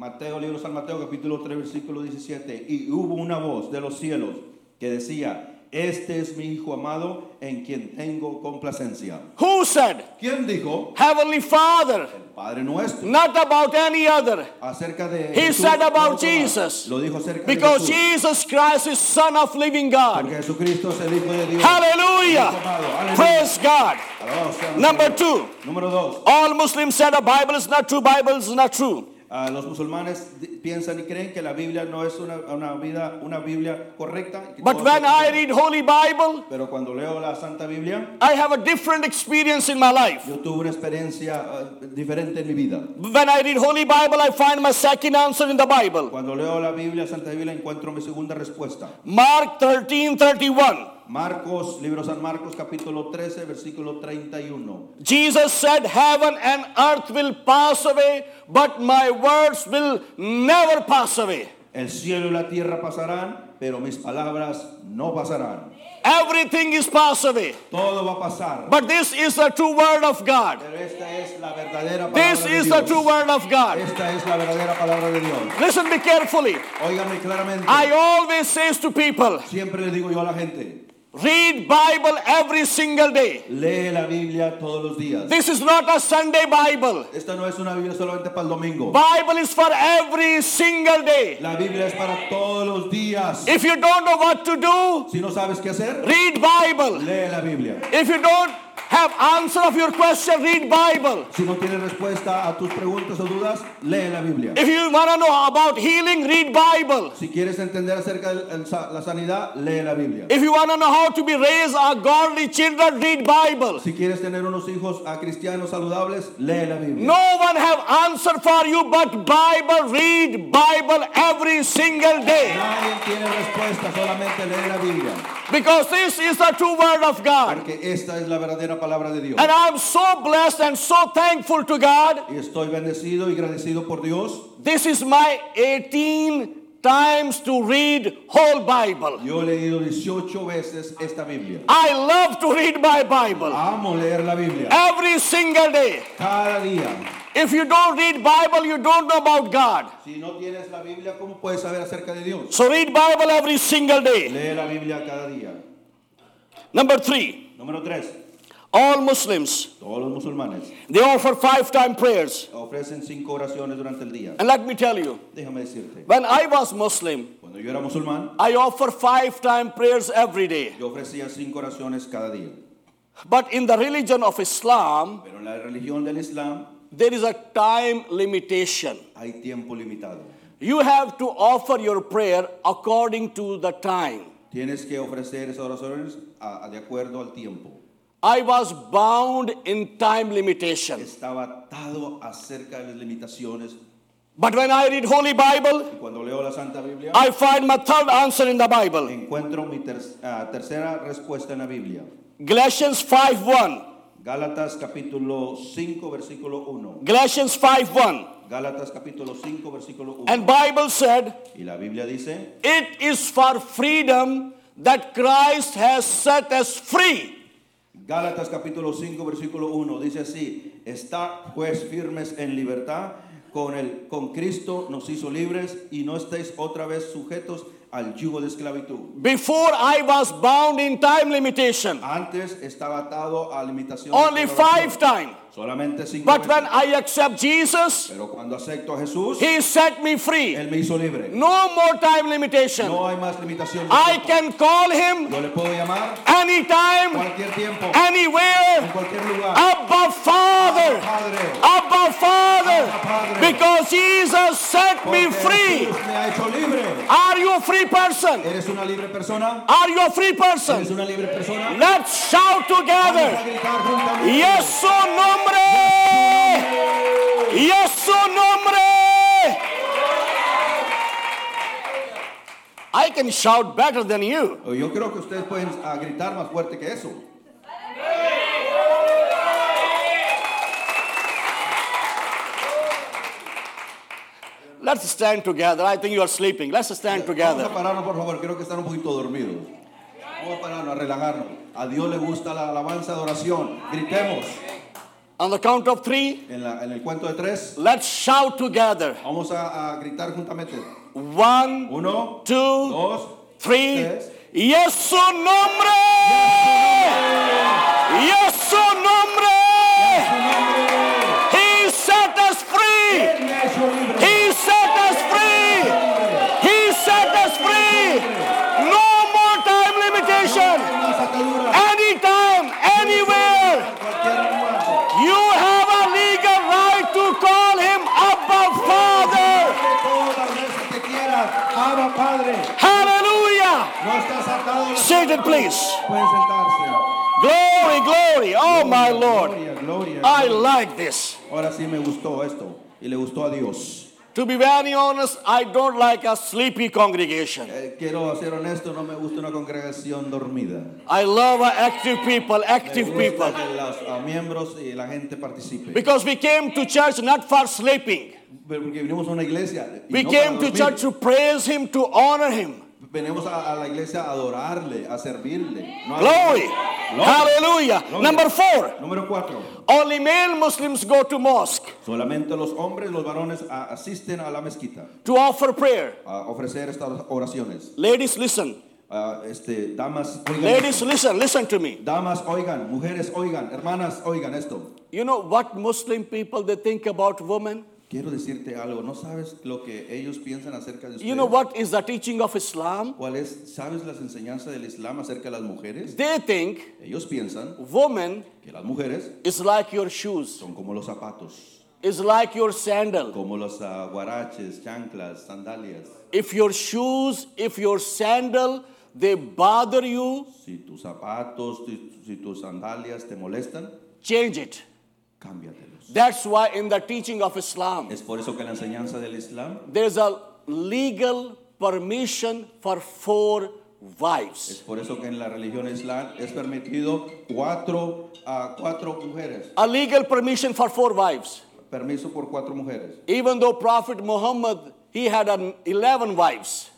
Speaker 2: Mateo, libro San Mateo capítulo 3, versículo 17. Y hubo una voz de los cielos que decía, Este es mi hijo amado en quien tengo complacencia.
Speaker 1: Who said?
Speaker 2: ¿Quién dijo?
Speaker 1: Heavenly Father,
Speaker 2: El Padre nuestro.
Speaker 1: not about any other.
Speaker 2: Acerca de
Speaker 1: He
Speaker 2: Jesús,
Speaker 1: said about
Speaker 2: no dijo nada.
Speaker 1: Jesus.
Speaker 2: Lo dijo acerca
Speaker 1: Because
Speaker 2: de Jesús.
Speaker 1: Jesus Christ is Son of Living God.
Speaker 2: Porque Jesucristo es el Hijo de Dios. Hijo
Speaker 1: Hallelujah.
Speaker 2: amado. Aleluya.
Speaker 1: Praise God.
Speaker 2: Alabado sea nuestro Dios.
Speaker 1: Number two.
Speaker 2: Número dos.
Speaker 1: All Muslims said the Bible is not true, Bible is not true.
Speaker 2: Ah, los musulmanes di- piensan y creen que la Biblia no es una, una vida, una Biblia correcta. y que
Speaker 1: But
Speaker 2: todo
Speaker 1: when
Speaker 2: está
Speaker 1: I
Speaker 2: bien.
Speaker 1: read Holy Bible,
Speaker 2: Pero cuando leo la Santa Biblia,
Speaker 1: I have a different experience in my life.
Speaker 2: yo tuve una experiencia ah, diferente en mi vida.
Speaker 1: When I read Holy Bible, I find my second answer in the Bible.
Speaker 2: Cuando leo la Biblia, Santa Biblia, encuentro mi segunda respuesta.
Speaker 1: Mark 13 31.
Speaker 2: Marcos, libro San Marcos, capítulo 13, versículo 31.
Speaker 1: Jesus said, Heaven and earth will pass away, but my words will never pass away.
Speaker 2: El cielo y la tierra pasarán, pero mis palabras no pasarán.
Speaker 1: Everything is pass away.
Speaker 2: Todo va a pasar.
Speaker 1: But this is the true word of God.
Speaker 2: Pero esta es la verdadera palabra
Speaker 1: This
Speaker 2: de
Speaker 1: is
Speaker 2: Dios.
Speaker 1: the true word of God.
Speaker 2: Esta es la verdadera palabra de Dios.
Speaker 1: Listen me carefully.
Speaker 2: Óigame claramente.
Speaker 1: I always says to people,
Speaker 2: Siempre le digo yo a la gente,
Speaker 1: read Bible every single day.
Speaker 2: lee la Biblia todos los días.
Speaker 1: This is not a Sunday Bible.
Speaker 2: Esta no es una Biblia solamente para el domingo.
Speaker 1: Bible is for every single day.
Speaker 2: La Biblia es para todos los días.
Speaker 1: If you don't know what to do,
Speaker 2: Si no sabes qué hacer,
Speaker 1: read Bible.
Speaker 2: lee la Biblia.
Speaker 1: If you don't have answer of your question, read Bible.
Speaker 2: Si no tienes respuesta a tus preguntas o dudas, lee la Biblia.
Speaker 1: If you want to know about healing, read Bible.
Speaker 2: Si quieres entender acerca de la sanidad, lee la Biblia.
Speaker 1: If you want to know how to be raised a godly children, read Bible.
Speaker 2: Si quieres tener unos hijos a cristianos saludables, lee la Biblia.
Speaker 1: No one have answer for you but Bible. Read Bible every single day.
Speaker 2: Nadie tiene respuesta, solamente lee la Biblia.
Speaker 1: Because this is the true word of God.
Speaker 2: Porque esta es la verdadera palabra de Dios.
Speaker 1: And I'm so blessed and so thankful to God.
Speaker 2: Y estoy bendecido y agradecido por Dios.
Speaker 1: This is my 18 times to read whole Bible.
Speaker 2: Yo he leído 18 veces esta Biblia.
Speaker 1: I love to read my Bible
Speaker 2: Amo leer la Biblia
Speaker 1: every single day.
Speaker 2: cada día.
Speaker 1: If you don't read Bible, you don't know about God.
Speaker 2: Si no tienes la Biblia, ¿cómo puedes saber acerca de Dios?
Speaker 1: So read Bible every single day.
Speaker 2: Lee la Biblia cada día.
Speaker 1: Number three,
Speaker 2: Número 3.
Speaker 1: all Muslims
Speaker 2: Todos los musulmanes
Speaker 1: they offer five-time prayers.
Speaker 2: ofrecen cinco oraciones durante el día.
Speaker 1: And let me tell you,
Speaker 2: Déjame decirte,
Speaker 1: when I was Muslim,
Speaker 2: cuando yo era musulmán,
Speaker 1: I offer five-time prayers every day.
Speaker 2: yo ofrecía cinco oraciones cada día.
Speaker 1: But in the religion of Islam,
Speaker 2: Pero en la religión del Islam
Speaker 1: there is a time limitation.
Speaker 2: hay tiempo limitado.
Speaker 1: You have to offer your prayer according to the time.
Speaker 2: Tienes que ofrecer esas oraciones a- a- de acuerdo al tiempo.
Speaker 1: I was bound in time limitation.
Speaker 2: Estaba atado acerca de las limitaciones.
Speaker 1: But when I read Holy Bible,
Speaker 2: Y cuando leo la Santa Biblia,
Speaker 1: I find my third answer in the Bible.
Speaker 2: encuentro mi ter- ah, tercera respuesta en la Biblia.
Speaker 1: Galatians 5:1.
Speaker 2: Gálatas capítulo 5, versículo 1.
Speaker 1: Galatians 5:1.
Speaker 2: Gálatas capítulo 5, versículo 1.
Speaker 1: And Bible said,
Speaker 2: y la Biblia dice,
Speaker 1: "It is for freedom that Christ has set us free."
Speaker 2: Gálatas capítulo 5 versículo 1 dice así, está pues firmes en libertad, con, el, con Cristo nos hizo libres y no estáis otra vez sujetos al yugo de esclavitud.
Speaker 1: Before I was bound in time limitation,
Speaker 2: Antes estaba atado a limitaciones.
Speaker 1: only
Speaker 2: de oración.
Speaker 1: five times.
Speaker 2: Solamente cinco.
Speaker 1: But
Speaker 2: veces.
Speaker 1: when I accept Jesus,
Speaker 2: Pero cuando acepto a Jesús,
Speaker 1: he set me free.
Speaker 2: Él me hizo libre.
Speaker 1: No more time limitation.
Speaker 2: No hay más limitaciones.
Speaker 1: I can call him
Speaker 2: Yo le puedo llamar
Speaker 1: anytime,
Speaker 2: cualquier tiempo, en
Speaker 1: anywhere,
Speaker 2: cualquier lugar.
Speaker 1: Abba Father.
Speaker 2: Padre,
Speaker 1: Abba Father,
Speaker 2: Abba, Father.
Speaker 1: because Jesus set me
Speaker 2: porque
Speaker 1: free.
Speaker 2: Jesús me ha hecho libre.
Speaker 1: Are you a free person?
Speaker 2: ¿Eres una libre persona?
Speaker 1: Are you a free
Speaker 2: ¿Eres
Speaker 1: person?
Speaker 2: una libre persona?
Speaker 1: Let's shout
Speaker 2: Vamos a
Speaker 1: together.
Speaker 2: gritar juntamente.
Speaker 1: Yes, su nombre. Yes, su nombre. I can shout better than you.
Speaker 2: Yo creo que ustedes pueden ah, gritar más fuerte que eso.
Speaker 1: Let's stand together. I think you are sleeping. Let's stand
Speaker 2: Vamos a
Speaker 1: together.
Speaker 2: pararnos, por favor. Creo que están un poquito dormidos. Vamos a pararnos, a relajarnos. A Dios le gusta la alabanza de oración. Gritemos.
Speaker 1: On the count of three,
Speaker 2: En, la- en el cuento de tres,
Speaker 1: let's shout together.
Speaker 2: vamos a, a gritar juntamente.
Speaker 1: One,
Speaker 2: Uno,
Speaker 1: two,
Speaker 2: dos,
Speaker 1: three.
Speaker 2: tres.
Speaker 1: Y es su nombre. Y es su nombre. He set us free. He set us free. He set us free. No more time limitation. Anytime, anywhere. You have a legal right to call him Abba Father.
Speaker 2: Abba Padre,
Speaker 1: Hallelujah.
Speaker 2: no estás atado. a las-
Speaker 1: Satan, please.
Speaker 2: Pueden sentarse.
Speaker 1: Glory, glory. Oh, my Lord.
Speaker 2: Gloria, gloria.
Speaker 1: I like this.
Speaker 2: Ahora sí me gustó esto y le gustó a Dios.
Speaker 1: To be very honest, I don't like a sleepy congregation.
Speaker 2: Eh, quiero ser honesto, no me gusta una congregación dormida.
Speaker 1: I love our active people,
Speaker 2: Me
Speaker 1: active people.
Speaker 2: gusta que los ah, miembros y la gente participe.
Speaker 1: Because we came to church not for sleeping.
Speaker 2: Pero Porque vinimos a una iglesia. y
Speaker 1: We
Speaker 2: no
Speaker 1: came
Speaker 2: para
Speaker 1: to
Speaker 2: dormir.
Speaker 1: church to praise him, to honor him.
Speaker 2: Venimos a, a la iglesia a adorarle, a servirle. no a-
Speaker 1: Glory.
Speaker 2: Gloria.
Speaker 1: Hallelujah.
Speaker 2: Gloria.
Speaker 1: Number four,
Speaker 2: Número cuatro.
Speaker 1: only male Muslims go to mosque
Speaker 2: Solamente los hombres, los varones a- asisten a la mezquita
Speaker 1: to offer prayer.
Speaker 2: a ofrecer estas oraciones.
Speaker 1: Ladies, listen.
Speaker 2: Ah, este, damas, oigan.
Speaker 1: Ladies, listen. Listen to me.
Speaker 2: Damas, oigan. Mujeres, oigan. Hermanas, oigan esto.
Speaker 1: You know what Muslim people they think about women?
Speaker 2: Quiero decirte algo, no sabes lo que ellos piensan acerca de ustedes.
Speaker 1: You know what is the teaching of Islam?
Speaker 2: ¿Cuál es? ¿Sabes las enseñanzas del Islam acerca de las mujeres?
Speaker 1: They think
Speaker 2: Ellos piensan
Speaker 1: woman
Speaker 2: que las mujeres
Speaker 1: is like your shoes,
Speaker 2: son como los zapatos,
Speaker 1: is like your sandal.
Speaker 2: como los ah, guaraches, chanclas, sandalias.
Speaker 1: If your shoes, if your sandal, they bother you,
Speaker 2: Si tus zapatos, tu- si tus sandalias te molestan,
Speaker 1: change it.
Speaker 2: cámbiatelos.
Speaker 1: That's why in the teaching of Islam,
Speaker 2: Es por eso que la enseñanza del Islam,
Speaker 1: there's a legal permission for four
Speaker 2: es
Speaker 1: wives.
Speaker 2: por eso que en la religión islam es permitido cuatro, a cuatro mujeres,
Speaker 1: A legal permission for four wives.
Speaker 2: permiso por cuatro mujeres.
Speaker 1: Even though Prophet Muhammad, he had an 11 wives.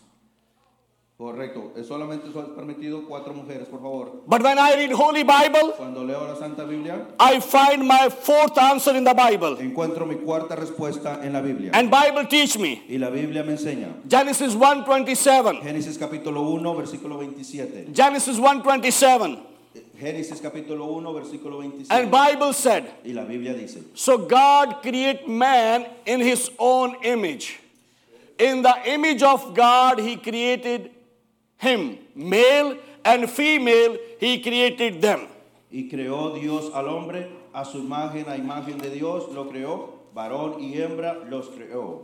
Speaker 2: Correcto, es solamente eso es permitido cuatro mujeres, por favor.
Speaker 1: But when I read Holy Bible,
Speaker 2: Cuando leo la Santa Biblia,
Speaker 1: I find my fourth answer in the Bible.
Speaker 2: encuentro mi cuarta respuesta en la Biblia.
Speaker 1: And Bible teach me.
Speaker 2: Y la Biblia me enseña.
Speaker 1: Genesis 1:27.
Speaker 2: Génesis capítulo 1, versículo 27.
Speaker 1: Genesis 1:27.
Speaker 2: Génesis capítulo 1, versículo 27.
Speaker 1: And Bible said,
Speaker 2: Y la Biblia dice,
Speaker 1: So God create man in his own image. In the image of God, he created him. Male and female, he created them.
Speaker 2: y creó Dios al hombre a su imagen, a imagen de Dios, lo creó, varón y hembra los creó.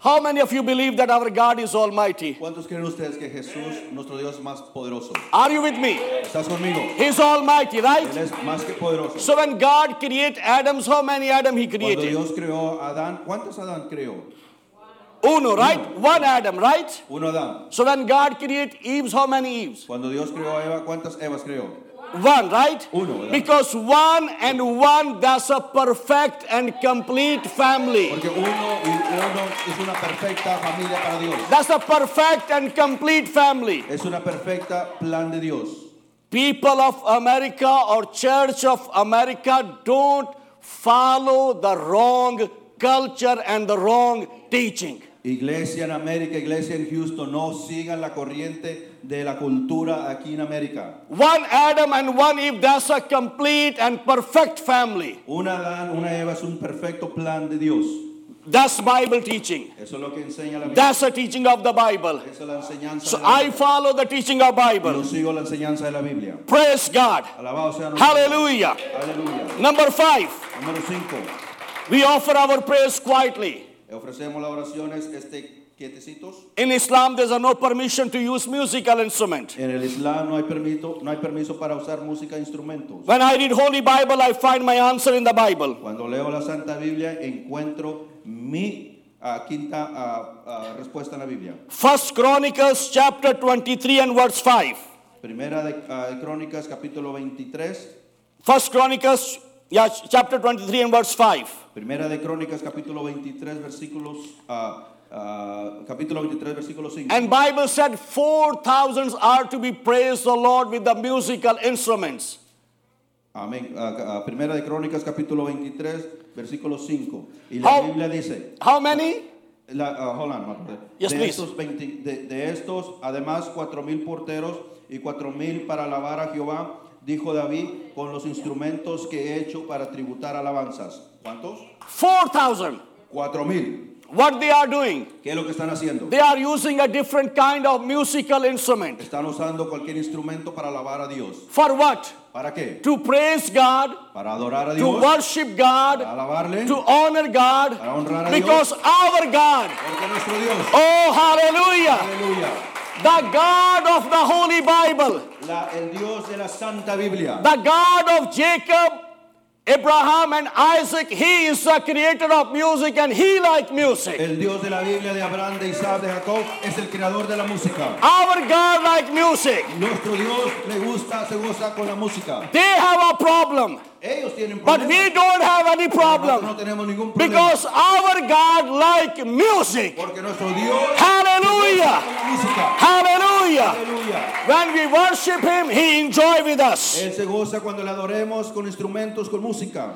Speaker 1: How many of you believe that our God is Almighty?
Speaker 2: ¿Cuántos creen ustedes que Jesús, nuestro Dios más poderoso?
Speaker 1: Are you with me?
Speaker 2: ¿Estás conmigo?
Speaker 1: He's Almighty,
Speaker 2: Él
Speaker 1: right?
Speaker 2: es más que poderoso.
Speaker 1: So when God create Adams, how many Adam he
Speaker 2: Cuando
Speaker 1: created?
Speaker 2: Dios creó a Adán, ¿cuántos Adán creó?
Speaker 1: Uno, right? One Adam, right?
Speaker 2: Uno Adán.
Speaker 1: So when God created Eve's, how many Eve's?
Speaker 2: Cuando Dios creó a Eva, ¿cuántas Evas creó?
Speaker 1: One, right?
Speaker 2: Uno, ¿verdad?
Speaker 1: Because one and one, that's a perfect and complete family.
Speaker 2: Porque uno y uno es una perfecta familia para Dios.
Speaker 1: That's a perfect and complete family.
Speaker 2: Es una perfecta plan de Dios.
Speaker 1: People of America or Church of America don't follow the wrong culture and the wrong teaching.
Speaker 2: Iglesia en América, iglesia en Houston, no sigan la corriente de la cultura aquí en América.
Speaker 1: One Adam and one Eve, that's a complete and perfect family.
Speaker 2: Un Adán, una Eva es un perfecto plan de Dios.
Speaker 1: That's Bible teaching.
Speaker 2: Eso es lo que enseña la Biblia.
Speaker 1: That's a teaching of the Bible.
Speaker 2: Esa es la enseñanza.
Speaker 1: So
Speaker 2: de la
Speaker 1: I
Speaker 2: Biblia.
Speaker 1: follow the teaching of
Speaker 2: Yo
Speaker 1: Bible.
Speaker 2: sigo la enseñanza de la Biblia.
Speaker 1: Praise God.
Speaker 2: Alabado sea nuestro
Speaker 1: Hallelujah.
Speaker 2: Dios. Aleluya.
Speaker 1: Number five,
Speaker 2: Número 5.
Speaker 1: we offer our prayers quietly.
Speaker 2: Ofrecemos las oraciones este, quietecitos.
Speaker 1: In Islam, there's no permission to use musical instrument.
Speaker 2: En el Islam no hay, permiso, no hay permiso para usar música e instrumentos.
Speaker 1: When I read Holy Bible, I find my answer in the Bible.
Speaker 2: Cuando leo la Santa Biblia encuentro mi ah, quinta ah, ah, respuesta en la Biblia.
Speaker 1: First Chronicles chapter 23 and verse 5.
Speaker 2: Primera de ah, de Crónicas capítulo 23.
Speaker 1: First Chronicles, yeah, chapter 23 and verse 5.
Speaker 2: Primera de Crónicas capítulo 23 versículos ah, ah, capítulo 23 versículo 5.
Speaker 1: And Bible said 4,000 are to be praised the Lord with the musical instruments.
Speaker 2: Amén. Ah, ca- ah, primera de Crónicas capítulo 23 versículo 5. Y la
Speaker 1: How-
Speaker 2: Biblia dice,
Speaker 1: How many?
Speaker 2: La, ah, hold on, my brother.
Speaker 1: Yes,
Speaker 2: de,
Speaker 1: please.
Speaker 2: estos 20 de, de estos, además, cuatro mil porteros y cuatro mil para alabar a Jehová, dijo David, con los instrumentos que he hecho para tributar alabanzas. ¿Cuántos?
Speaker 1: 4,000.
Speaker 2: Cuatro mil.
Speaker 1: What they are doing?
Speaker 2: ¿Qué es lo que están haciendo?
Speaker 1: They are using a different kind of musical instrument.
Speaker 2: Están usando cualquier instrumento para alabar a Dios.
Speaker 1: For what?
Speaker 2: ¿Para qué?
Speaker 1: To praise God,
Speaker 2: Para adorar a
Speaker 1: to
Speaker 2: Dios. Para
Speaker 1: worship God,
Speaker 2: alabarle.
Speaker 1: to
Speaker 2: Para
Speaker 1: honor God.
Speaker 2: honrar a Dios.
Speaker 1: Because our God,
Speaker 2: Porque nuestro Dios.
Speaker 1: oh hallelujah,
Speaker 2: Aleluya.
Speaker 1: the God of the Holy Bible,
Speaker 2: La- el Dios de la Santa Biblia.
Speaker 1: the God of Jacob, Abraham, and Isaac, He is the creator of music and He like music.
Speaker 2: El Dios de la Biblia de Abraham, de Isaac, de Jacob es el creador de la música.
Speaker 1: Our God like music.
Speaker 2: Nuestro Dios le gusta, se goza con la música.
Speaker 1: They have a problem,
Speaker 2: Ellos tienen
Speaker 1: but we
Speaker 2: problemas.
Speaker 1: don't have any
Speaker 2: Nosotros no
Speaker 1: problem
Speaker 2: tenemos ningún problema.
Speaker 1: because our God like music.
Speaker 2: Porque nuestro Dios
Speaker 1: Hallelujah!
Speaker 2: con la música.
Speaker 1: Hallelujah!
Speaker 2: Aleluya.
Speaker 1: When we worship Him, He enjoy with us.
Speaker 2: Él se goza cuando le adoremos con instrumentos, con música.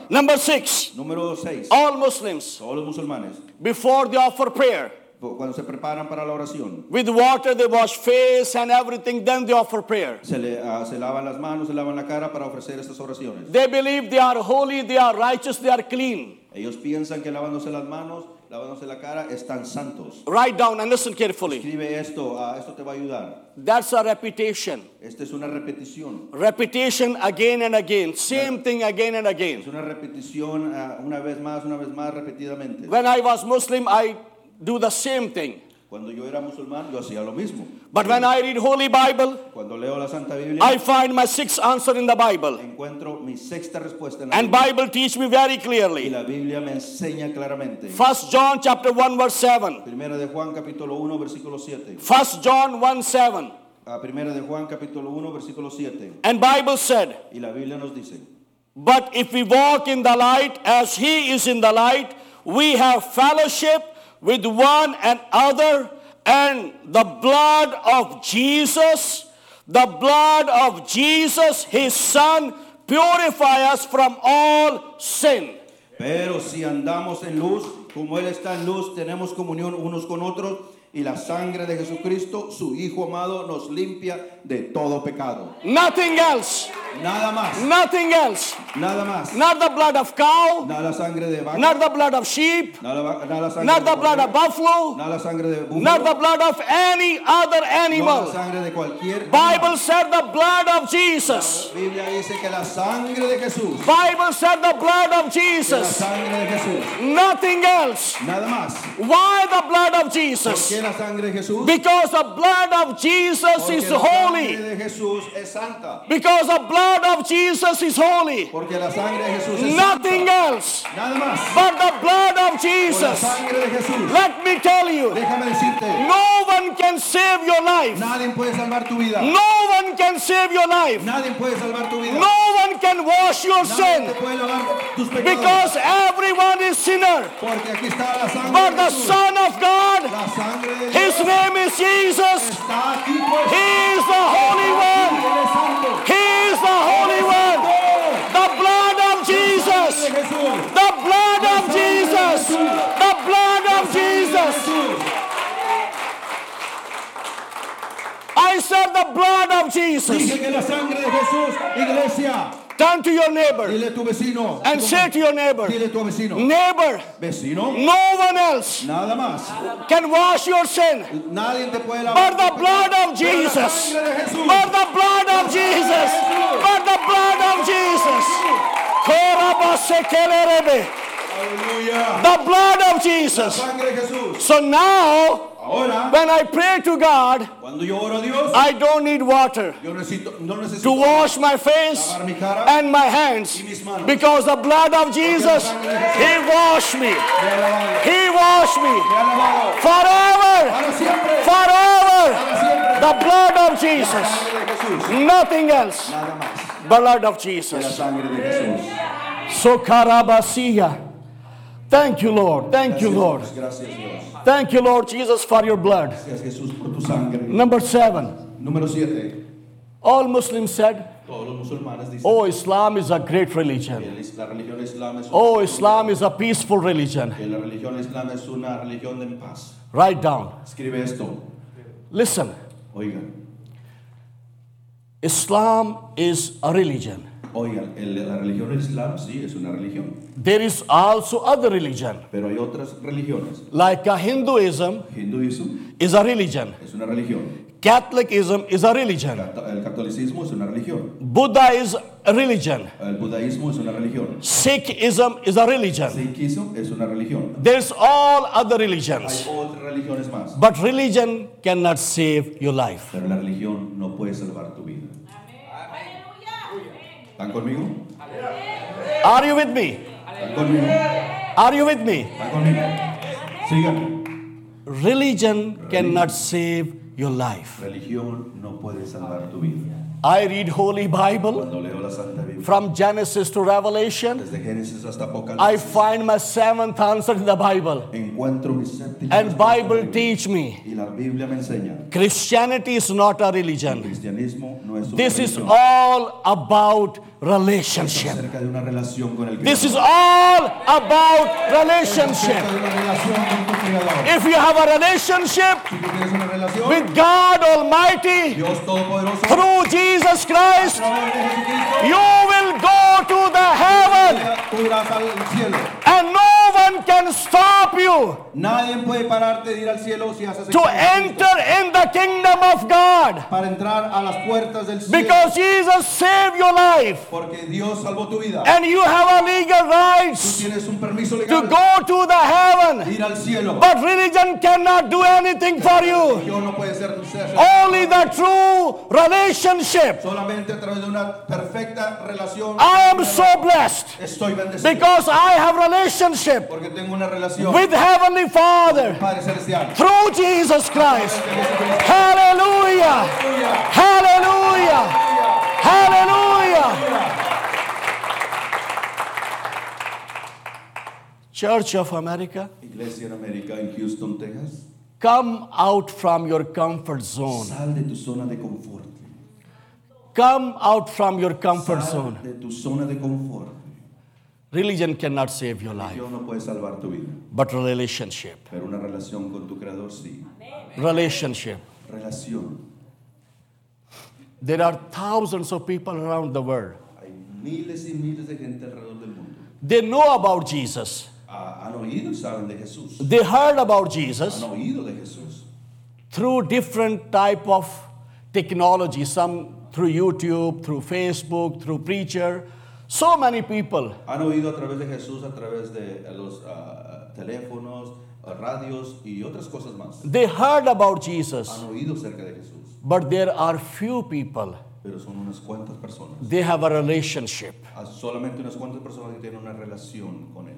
Speaker 1: Number six,
Speaker 2: Número 6.
Speaker 1: all Muslims
Speaker 2: Todos los musulmanes,
Speaker 1: before they offer prayer
Speaker 2: cuando se preparan para la oración,
Speaker 1: with water, they wash face and everything. Then they offer prayer.
Speaker 2: se, le, ah, se lavan las manos, se lavan la cara para ofrecer estas oraciones.
Speaker 1: They believe they are holy, they are righteous, they are clean.
Speaker 2: Ellos piensan que lavándose las manos, lavándose la cara, están santos.
Speaker 1: Write down and listen carefully.
Speaker 2: Escribe esto, ah, esto te va a ayudar.
Speaker 1: That's a repetition.
Speaker 2: Esta es una repetición.
Speaker 1: Repetition again and again. Same thing again and
Speaker 2: Es
Speaker 1: again.
Speaker 2: una repetición ah, una vez más, una vez más, repetidamente.
Speaker 1: When I was Muslim, I do the same thing.
Speaker 2: Cuando yo era musulmán, yo hacía lo mismo.
Speaker 1: But when I read Holy Bible,
Speaker 2: Cuando leo la Santa Biblia,
Speaker 1: I find my sixth answer in the Bible.
Speaker 2: encuentro mi sexta respuesta en la
Speaker 1: And
Speaker 2: Biblia.
Speaker 1: Bible teach me very
Speaker 2: Y
Speaker 1: clearly.
Speaker 2: la Biblia me enseña claramente.
Speaker 1: First John chapter 1 verse 7.
Speaker 2: Primera de Juan capítulo 1 versículo 7.
Speaker 1: First John 1 7.
Speaker 2: A primera de Juan capítulo 1 versículo 7.
Speaker 1: And Bible said,
Speaker 2: Y la Biblia nos dice,
Speaker 1: But if we walk in the light as he is in the light, we have fellowship with one another, and the blood of Jesus, the blood of Jesus, his son, purify us from all sin.
Speaker 2: pero si andamos en luz, como Él está en luz, tenemos comunión unos con otros y la sangre de Jesucristo, su Hijo amado, nos limpia de todo pecado.
Speaker 1: Nothing else,
Speaker 2: Nada más,
Speaker 1: nothing else.
Speaker 2: nada más.
Speaker 1: Not the blood of cow,
Speaker 2: Nada la sangre de vaca,
Speaker 1: not the blood of sheep,
Speaker 2: nada, va- nada la sangre
Speaker 1: not
Speaker 2: de
Speaker 1: the blood of
Speaker 2: cordero,
Speaker 1: buffalo,
Speaker 2: nada la sangre de búfalo,
Speaker 1: not the blood of any other
Speaker 2: no la
Speaker 1: animal.
Speaker 2: sangre de cualquier
Speaker 1: Bible said the blood of Jesus.
Speaker 2: La Biblia dice que la sangre de Jesús,
Speaker 1: Bible said the blood
Speaker 2: que la
Speaker 1: of Jesus.
Speaker 2: sangre de Jesús,
Speaker 1: Nothing else.
Speaker 2: nada más.
Speaker 1: Why the blood of
Speaker 2: ¿Por qué
Speaker 1: Jesus?
Speaker 2: la sangre de Jesús?
Speaker 1: Because the blood of Jesus
Speaker 2: Porque
Speaker 1: is
Speaker 2: la sangre
Speaker 1: holy.
Speaker 2: de Jesús es santa.
Speaker 1: Because the blood of Jesus is holy.
Speaker 2: Porque la sangre de Jesús es
Speaker 1: Nothing
Speaker 2: santa.
Speaker 1: else
Speaker 2: Nada más.
Speaker 1: but the blood of
Speaker 2: Por la
Speaker 1: Jesus.
Speaker 2: sangre de Jesús.
Speaker 1: Let me tell you,
Speaker 2: Déjame decirte,
Speaker 1: no one can save your life.
Speaker 2: nadie puede salvar tu vida.
Speaker 1: No one can save your life.
Speaker 2: Nadie puede salvar tu vida.
Speaker 1: No one can wash your
Speaker 2: Nadie
Speaker 1: sin.
Speaker 2: te puede lavar tus pecados.
Speaker 1: Because everyone is sinner.
Speaker 2: Porque aquí está la sangre
Speaker 1: But
Speaker 2: de
Speaker 1: the
Speaker 2: Jesús.
Speaker 1: Son of God,
Speaker 2: la sangre de Dios
Speaker 1: His name is Jesus.
Speaker 2: está aquí pues.
Speaker 1: He is the Holy One.
Speaker 2: Él es santo.
Speaker 1: He is the Holy One.
Speaker 2: Oh,
Speaker 1: The blood of Jesus.
Speaker 2: sangre de Jesús.
Speaker 1: The blood of Jesus. The blood of Jesus.
Speaker 2: Jesús.
Speaker 1: I said the blood of Jesus.
Speaker 2: Dije que la sangre de Jesús, iglesia.
Speaker 1: Turn to your neighbor
Speaker 2: Dile a tu vecino.
Speaker 1: and say to your neighbor,
Speaker 2: Dile a tu vecino.
Speaker 1: neighbor,
Speaker 2: Vecino,
Speaker 1: no one else
Speaker 2: nada más.
Speaker 1: can wash your sin
Speaker 2: Nadie te puede lavar.
Speaker 1: but the blood of
Speaker 2: Pero la
Speaker 1: Jesus.
Speaker 2: sangre de Jesús.
Speaker 1: But the blood of Jesus. But the blood of Jesus. Korabasekelerebe.
Speaker 2: Aleluya.
Speaker 1: The blood of Jesus.
Speaker 2: Sangre de Jesús.
Speaker 1: So now,
Speaker 2: Ahora,
Speaker 1: when I pray to God,
Speaker 2: cuando yo oro a Dios,
Speaker 1: I don't need water
Speaker 2: yo necesito, no
Speaker 1: to
Speaker 2: necesito
Speaker 1: wash my face
Speaker 2: lavar mi cara.
Speaker 1: and my hands because the blood of Jesus, He washed me.
Speaker 2: Me ha lavado.
Speaker 1: He washed me
Speaker 2: Me ha lavado. Para
Speaker 1: forever.
Speaker 2: siempre.
Speaker 1: Forever.
Speaker 2: Para siempre.
Speaker 1: The blood of Jesus.
Speaker 2: Sangre de Jesús.
Speaker 1: Nothing else.
Speaker 2: Nada más.
Speaker 1: Blood of
Speaker 2: La
Speaker 1: Jesus.
Speaker 2: sangre de Jesús.
Speaker 1: So Karabasia. Thank you, Lord. Thank you, Lord.
Speaker 2: Gracias, Gracias Dios.
Speaker 1: Thank you, Lord Jesus, for your blood.
Speaker 2: Gracias Jesús por tu sangre.
Speaker 1: Number seven.
Speaker 2: Número 7.
Speaker 1: All Muslims said,
Speaker 2: Todos los musulmanes dicen
Speaker 1: Oh, Islam is a great
Speaker 2: que
Speaker 1: religion.
Speaker 2: el is- la religión islam es,
Speaker 1: Oh, Islam is a peaceful religion.
Speaker 2: que la religión islam es una religión de paz.
Speaker 1: Write down.
Speaker 2: Escribe esto.
Speaker 1: Listen,
Speaker 2: Oigan,
Speaker 1: Islam is a religion.
Speaker 2: oigan, el- la religión islam sí es una religión,
Speaker 1: There is also other religion,
Speaker 2: pero hay otras religiones.
Speaker 1: like uh, Hinduism
Speaker 2: Hinduismo
Speaker 1: is a religion,
Speaker 2: es una religión.
Speaker 1: Catholicism is a religion,
Speaker 2: Cata- El catolicismo es una religión.
Speaker 1: Buddha is a religion,
Speaker 2: El budaísmo es una religión.
Speaker 1: Sikhism is a religion.
Speaker 2: Sikhismo es una religión.
Speaker 1: There's all other
Speaker 2: Hay
Speaker 1: religions,
Speaker 2: otras religiones más.
Speaker 1: but religion cannot save your life.
Speaker 2: Pero la religión no puede salvar tu vida. ¿Están conmigo?
Speaker 1: Are you with me?
Speaker 2: ¿Están conmigo?
Speaker 1: Are you with me?
Speaker 2: ¿Están conmigo? Síganme.
Speaker 1: Religion cannot save your life.
Speaker 2: Religión no puede salvar tu vida.
Speaker 1: I read Holy Bible
Speaker 2: Cuando leo la Santa Biblia,
Speaker 1: from Genesis to Revelation.
Speaker 2: desde Génesis hasta
Speaker 1: I
Speaker 2: Apocalipsis,
Speaker 1: find my seventh answer in the Bible.
Speaker 2: encuentro mi séptimo.
Speaker 1: And Bible teach me
Speaker 2: Y la Biblia me enseña.
Speaker 1: Christianity is not a
Speaker 2: El
Speaker 1: religion.
Speaker 2: cristianismo no es una
Speaker 1: This is
Speaker 2: religión.
Speaker 1: all about relationship.
Speaker 2: acerca de una relación con el
Speaker 1: This is
Speaker 2: Creador.
Speaker 1: all about
Speaker 2: Acerca
Speaker 1: relationship.
Speaker 2: de una relación con tu Creador.
Speaker 1: If you have a relationship
Speaker 2: Si tú tienes una relación
Speaker 1: with God Almighty
Speaker 2: Dios Todopoderoso,
Speaker 1: through Jesus Christ,
Speaker 2: a través de Jesucristo,
Speaker 1: you will go to the heaven
Speaker 2: tú irás al cielo.
Speaker 1: and no one can stop you
Speaker 2: Nadie puede pararte de ir al cielo si haces
Speaker 1: to
Speaker 2: esto.
Speaker 1: enter in the kingdom of God
Speaker 2: para entrar a las puertas del cielo.
Speaker 1: because Jesus saved your life
Speaker 2: porque Dios salvó tu vida.
Speaker 1: and you have a legal
Speaker 2: Tú
Speaker 1: rights
Speaker 2: tienes un permiso
Speaker 1: to
Speaker 2: legal
Speaker 1: go to the
Speaker 2: de
Speaker 1: heaven.
Speaker 2: ir al cielo.
Speaker 1: But religion cannot do anything for you.
Speaker 2: Yo no puede ser tu ser.
Speaker 1: Only the true relationship.
Speaker 2: Solamente a través de una perfecta relación.
Speaker 1: I am so blessed
Speaker 2: Estoy bendecido.
Speaker 1: because I have relationship
Speaker 2: porque tengo una relación
Speaker 1: with Heavenly Father
Speaker 2: Padre Celestial.
Speaker 1: through Jesus Christ. Hallelujah.
Speaker 2: Aleluya.
Speaker 1: Hallelujah. Hallelujah. Church of America,
Speaker 2: Iglesia en América, en Houston, Texas.
Speaker 1: come out from your comfort zone.
Speaker 2: Sal de tu zona de confort.
Speaker 1: Come out from your comfort
Speaker 2: Sal
Speaker 1: zone.
Speaker 2: de tu zona de confort.
Speaker 1: Religion cannot save your life,
Speaker 2: Dios no puede salvar tu vida.
Speaker 1: but relationship.
Speaker 2: Pero una relación con tu creador sí.
Speaker 1: Relationship.
Speaker 2: Relación.
Speaker 1: There are thousands of people around the world.
Speaker 2: Hay miles y miles de gente alrededor del mundo.
Speaker 1: They know about Jesus.
Speaker 2: Ah, han oído y saben de Jesús.
Speaker 1: They heard about
Speaker 2: Han
Speaker 1: Jesus
Speaker 2: oído de Jesús.
Speaker 1: through different type of technology, some through YouTube, through Facebook, through preacher. So many people.
Speaker 2: Han oído a través de Jesús, a través de eh, los ah, teléfonos, ah, radios y otras cosas más.
Speaker 1: They heard about Jesus,
Speaker 2: Han oído acerca de Jesús,
Speaker 1: but there are few people.
Speaker 2: pero son unas cuantas personas.
Speaker 1: They have a relationship.
Speaker 2: Ah, Solamente unas cuantas personas que tienen una relación con Él.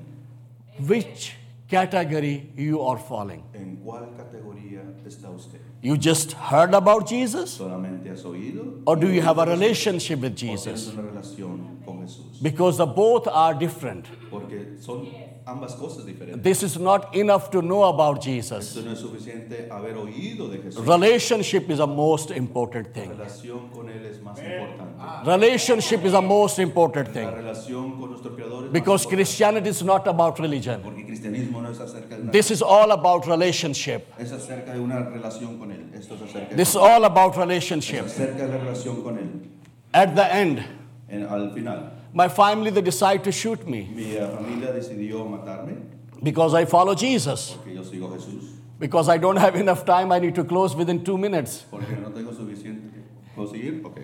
Speaker 1: Which category you are falling?
Speaker 2: ¿En cuál categoría está usted?
Speaker 1: You just heard about Jesus?
Speaker 2: ¿Solamente has oído?
Speaker 1: Or do you have a relationship with
Speaker 2: ¿O tienes
Speaker 1: Jesus?
Speaker 2: una relación con Jesús?
Speaker 1: Because the both are different.
Speaker 2: Porque son ambas cosas diferentes.
Speaker 1: This is not enough to know about Jesus.
Speaker 2: Eso no es suficiente haber oído de Jesús.
Speaker 1: Relationship is the most important
Speaker 2: La
Speaker 1: thing.
Speaker 2: relación con Él es más importante.
Speaker 1: Ah. Relationship is the most important
Speaker 2: La
Speaker 1: thing.
Speaker 2: relación con nuestro Creador es más
Speaker 1: Because
Speaker 2: importante,
Speaker 1: Christianity is not about religion.
Speaker 2: porque cristianismo no es acerca de una,
Speaker 1: This is all about relationship.
Speaker 2: es acerca de una relación con él. Esto es acerca
Speaker 1: This is
Speaker 2: de,
Speaker 1: all about
Speaker 2: es
Speaker 1: relationship.
Speaker 2: acerca de la relación con él.
Speaker 1: At the end,
Speaker 2: En- al final,
Speaker 1: my family they decide to shoot me
Speaker 2: mi eh, familia decidió matarme
Speaker 1: because I follow Jesus.
Speaker 2: porque yo sigo a Jesús,
Speaker 1: Because I don't have enough time, I need to close within two minutes.
Speaker 2: porque no tengo suficiente. ¿Puedo seguir? Ok.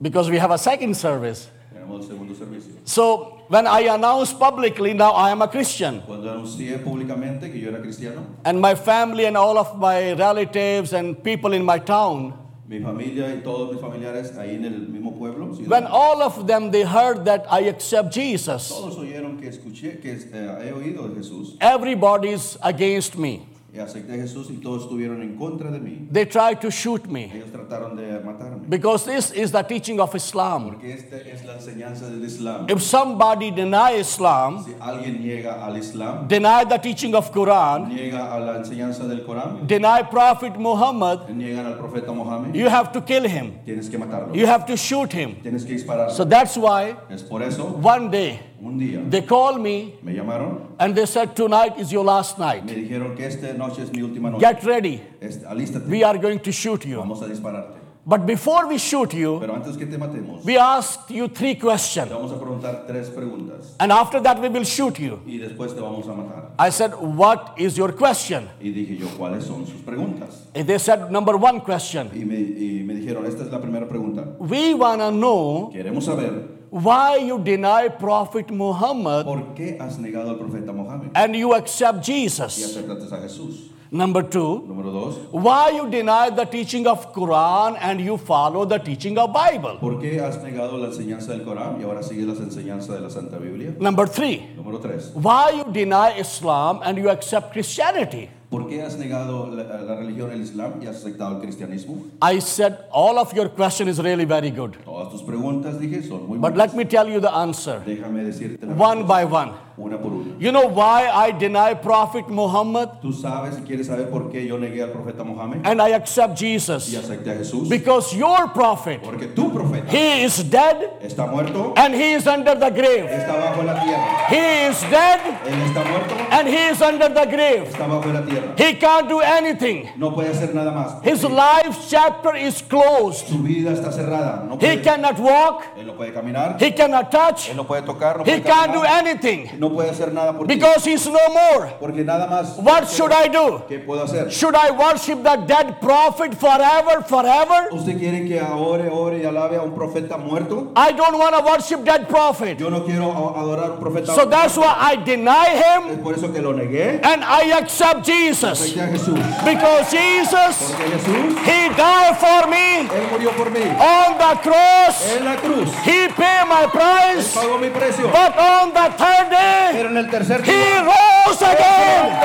Speaker 1: Because we have a second service.
Speaker 2: Tenemos el segundo servicio.
Speaker 1: So when I announce publicly now I am a Christian,
Speaker 2: Cuando anuncié públicamente que yo era cristiano,
Speaker 1: and my family and all of my relatives and people in my town,
Speaker 2: mi familia y todos mis familiares ahí en el mismo pueblo, ciudad,
Speaker 1: when all of them they heard that I accept Jesus,
Speaker 2: todos oyeron que escuché, que eh, he este, oído de Jesús.
Speaker 1: everybody's against me.
Speaker 2: Y acepté a Jesús y todos estuvieron en contra de mí.
Speaker 1: They tried to shoot me
Speaker 2: Ellos trataron de matarme.
Speaker 1: because this is the teaching of Islam.
Speaker 2: Porque esta es la enseñanza del Islam.
Speaker 1: If somebody deny Islam,
Speaker 2: Si alguien niega al Islam,
Speaker 1: deny the teaching of Quran,
Speaker 2: niega a la enseñanza del Corán,
Speaker 1: deny Prophet Muhammad,
Speaker 2: niegan al profeta Mohammed,
Speaker 1: you have to kill him.
Speaker 2: tienes que matarlo.
Speaker 1: You have to shoot him.
Speaker 2: Tienes que dispararlo.
Speaker 1: So that's why
Speaker 2: es por eso,
Speaker 1: one day
Speaker 2: un día,
Speaker 1: they called me
Speaker 2: me llamaron,
Speaker 1: and they said, Tonight is your last
Speaker 2: me
Speaker 1: night.
Speaker 2: dijeron que esta noche es mi última noche.
Speaker 1: Get ready.
Speaker 2: Es- alístate,
Speaker 1: We are going to shoot you.
Speaker 2: vamos a dispararte.
Speaker 1: But before we shoot you,
Speaker 2: Pero antes que te matemos,
Speaker 1: we asked you three questions.
Speaker 2: te vamos a preguntar tres preguntas
Speaker 1: And after that, we will shoot you.
Speaker 2: y después te vamos a matar.
Speaker 1: I said, What is your question?
Speaker 2: Y dije yo, ¿cuáles son sus preguntas?
Speaker 1: And they said, Number one question.
Speaker 2: Y me, y me dijeron, esta es la primera pregunta.
Speaker 1: We want to know
Speaker 2: Queremos saber
Speaker 1: why you deny Prophet Muhammad
Speaker 2: por qué has negado al profeta Mohammed
Speaker 1: and you accept
Speaker 2: y
Speaker 1: Jesus.
Speaker 2: aceptaste a Jesús.
Speaker 1: Number two,
Speaker 2: Número dos,
Speaker 1: why you deny the teaching of Quran and you follow the teaching of Bible.
Speaker 2: ¿Por qué has negado la enseñanza del Corán y ahora sigues las enseñanzas de la Santa Biblia?
Speaker 1: Number three,
Speaker 2: Número 3.
Speaker 1: why you deny Islam and you accept Christianity.
Speaker 2: ¿Por qué has negado la, la religión, el Islam, y has aceptado el cristianismo?
Speaker 1: I said all of your question is really very good.
Speaker 2: Todas tus preguntas, dije, son muy
Speaker 1: But
Speaker 2: buenas.
Speaker 1: let me tell you the answer
Speaker 2: Déjame decirte las
Speaker 1: one
Speaker 2: cosas,
Speaker 1: by one.
Speaker 2: una por una.
Speaker 1: You know why I deny Prophet Muhammad
Speaker 2: Tú sabes y quieres saber por qué yo negué al profeta Mohammed
Speaker 1: and I accept
Speaker 2: y
Speaker 1: Jesus?
Speaker 2: acepté a Jesús.
Speaker 1: Because your prophet,
Speaker 2: Porque tu profeta
Speaker 1: he is dead
Speaker 2: está muerto,
Speaker 1: and he is under the grave.
Speaker 2: está bajo la tierra.
Speaker 1: He is dead
Speaker 2: Él está muerto,
Speaker 1: and he is under the grave.
Speaker 2: está bajo la tierra.
Speaker 1: He can't do anything.
Speaker 2: No puede hacer nada más.
Speaker 1: His life chapter is closed.
Speaker 2: Su vida está cerrada. No
Speaker 1: He
Speaker 2: puede,
Speaker 1: cannot walk.
Speaker 2: él no puede caminar,
Speaker 1: He cannot touch.
Speaker 2: él no puede tocar, no
Speaker 1: He
Speaker 2: puede
Speaker 1: can't do
Speaker 2: caminar.
Speaker 1: anything
Speaker 2: No puede hacer nada por ti.
Speaker 1: because he's no more.
Speaker 2: Porque nada más.
Speaker 1: What should I do?
Speaker 2: ¿Qué puedo hacer?
Speaker 1: Should I worship the dead prophet forever, forever?
Speaker 2: ¿Usted quiere que ore, ore y alabe a un profeta muerto?
Speaker 1: I don't want to worship dead prophet.
Speaker 2: Yo no quiero a- adorar a un profeta
Speaker 1: So that's why I deny
Speaker 2: Es
Speaker 1: him
Speaker 2: por eso que lo negué.
Speaker 1: and I accept Jesus.
Speaker 2: Acepté a Jesús.
Speaker 1: Because Jesus,
Speaker 2: Porque Jesús,
Speaker 1: he died for me
Speaker 2: Él murió por mí.
Speaker 1: on the cross.
Speaker 2: En la cruz.
Speaker 1: He paid my
Speaker 2: Él
Speaker 1: price.
Speaker 2: pagó mi precio.
Speaker 1: But on the third day,
Speaker 2: Pero en el tercer
Speaker 1: He
Speaker 2: día.
Speaker 1: rose again.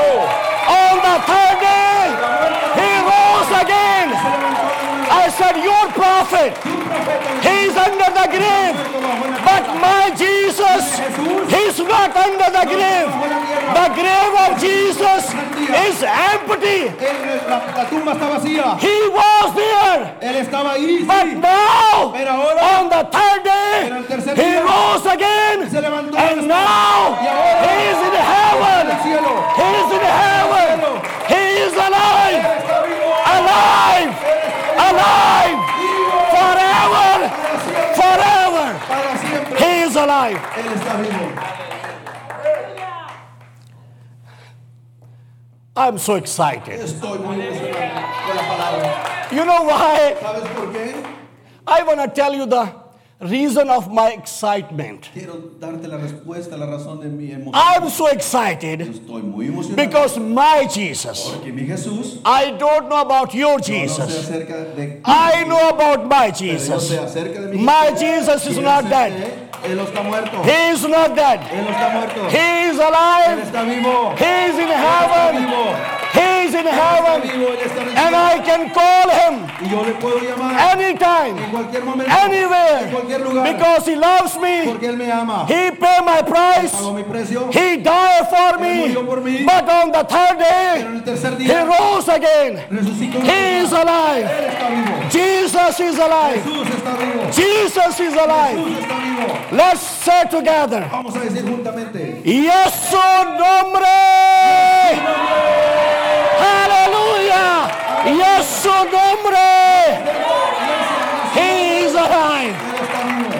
Speaker 1: On the third day, he rose again.
Speaker 2: se levantó de nuevo.
Speaker 1: I said, Your prophet,
Speaker 2: Un profeta de
Speaker 1: he's under the grave.
Speaker 2: muerto bajo la
Speaker 1: But
Speaker 2: tierra.
Speaker 1: my Jesus, he's not under the grave. The grave of Jesus is empty.
Speaker 2: Él- la, la tumba está vacía.
Speaker 1: He was there.
Speaker 2: Él estaba ahí. sí.
Speaker 1: But now,
Speaker 2: Pero ahora,
Speaker 1: on the third day,
Speaker 2: Pero el tercer
Speaker 1: he
Speaker 2: día,
Speaker 1: rose again.
Speaker 2: se levantó
Speaker 1: And
Speaker 2: del-
Speaker 1: now,
Speaker 2: y ahora,
Speaker 1: he is in
Speaker 2: en
Speaker 1: heaven.
Speaker 2: el cielo.
Speaker 1: He is in heaven. He is
Speaker 2: Él
Speaker 1: alive.
Speaker 2: está vivo.
Speaker 1: Alive. Alive. Forever. Forever.
Speaker 2: Para siempre.
Speaker 1: He is alive.
Speaker 2: Él está vivo.
Speaker 1: I'm so excited.
Speaker 2: Estoy muy emocionado con la palabra.
Speaker 1: You know why?
Speaker 2: ¿Sabes por qué?
Speaker 1: I want to tell you the reason of my excitement.
Speaker 2: Quiero darte la respuesta, la razón de mi emoción.
Speaker 1: I'm so excited
Speaker 2: Estoy muy emocionado.
Speaker 1: because my Jesus.
Speaker 2: porque mi Jesús
Speaker 1: I don't know about your
Speaker 2: no se
Speaker 1: Jesus.
Speaker 2: acerca de
Speaker 1: I know about my
Speaker 2: Él no se
Speaker 1: Jesus.
Speaker 2: acerca de mi
Speaker 1: My Jesus is
Speaker 2: Y él
Speaker 1: not
Speaker 2: se-
Speaker 1: dead.
Speaker 2: Él no está muerto.
Speaker 1: He is not dead.
Speaker 2: Él no está muerto.
Speaker 1: He is
Speaker 2: Él
Speaker 1: alive.
Speaker 2: está vivo.
Speaker 1: He is in
Speaker 2: Él está
Speaker 1: heaven.
Speaker 2: vivo.
Speaker 1: He is in
Speaker 2: Está
Speaker 1: heaven.
Speaker 2: vivo. Él está vivo.
Speaker 1: And I can call him
Speaker 2: y yo le puedo llamar en
Speaker 1: anytime,
Speaker 2: cualquier momento. En cualquier
Speaker 1: anywhere,
Speaker 2: lugar.
Speaker 1: because he loves me.
Speaker 2: porque Él me ama.
Speaker 1: He paid my price.
Speaker 2: Pago mi precio.
Speaker 1: He died for
Speaker 2: murió por
Speaker 1: me.
Speaker 2: mí.
Speaker 1: But on the third
Speaker 2: pero en
Speaker 1: day,
Speaker 2: el tercer
Speaker 1: he
Speaker 2: día
Speaker 1: rose again.
Speaker 2: resucitó.
Speaker 1: He is alive.
Speaker 2: Él está vivo.
Speaker 1: Jesus is alive.
Speaker 2: Jesús está vivo.
Speaker 1: Jesus is alive.
Speaker 2: Jesús está vivo.
Speaker 1: Let's say together.
Speaker 2: Vamos a decir juntamente.
Speaker 1: Y su nombre. Hallelujah. Y su nombre. He is alive.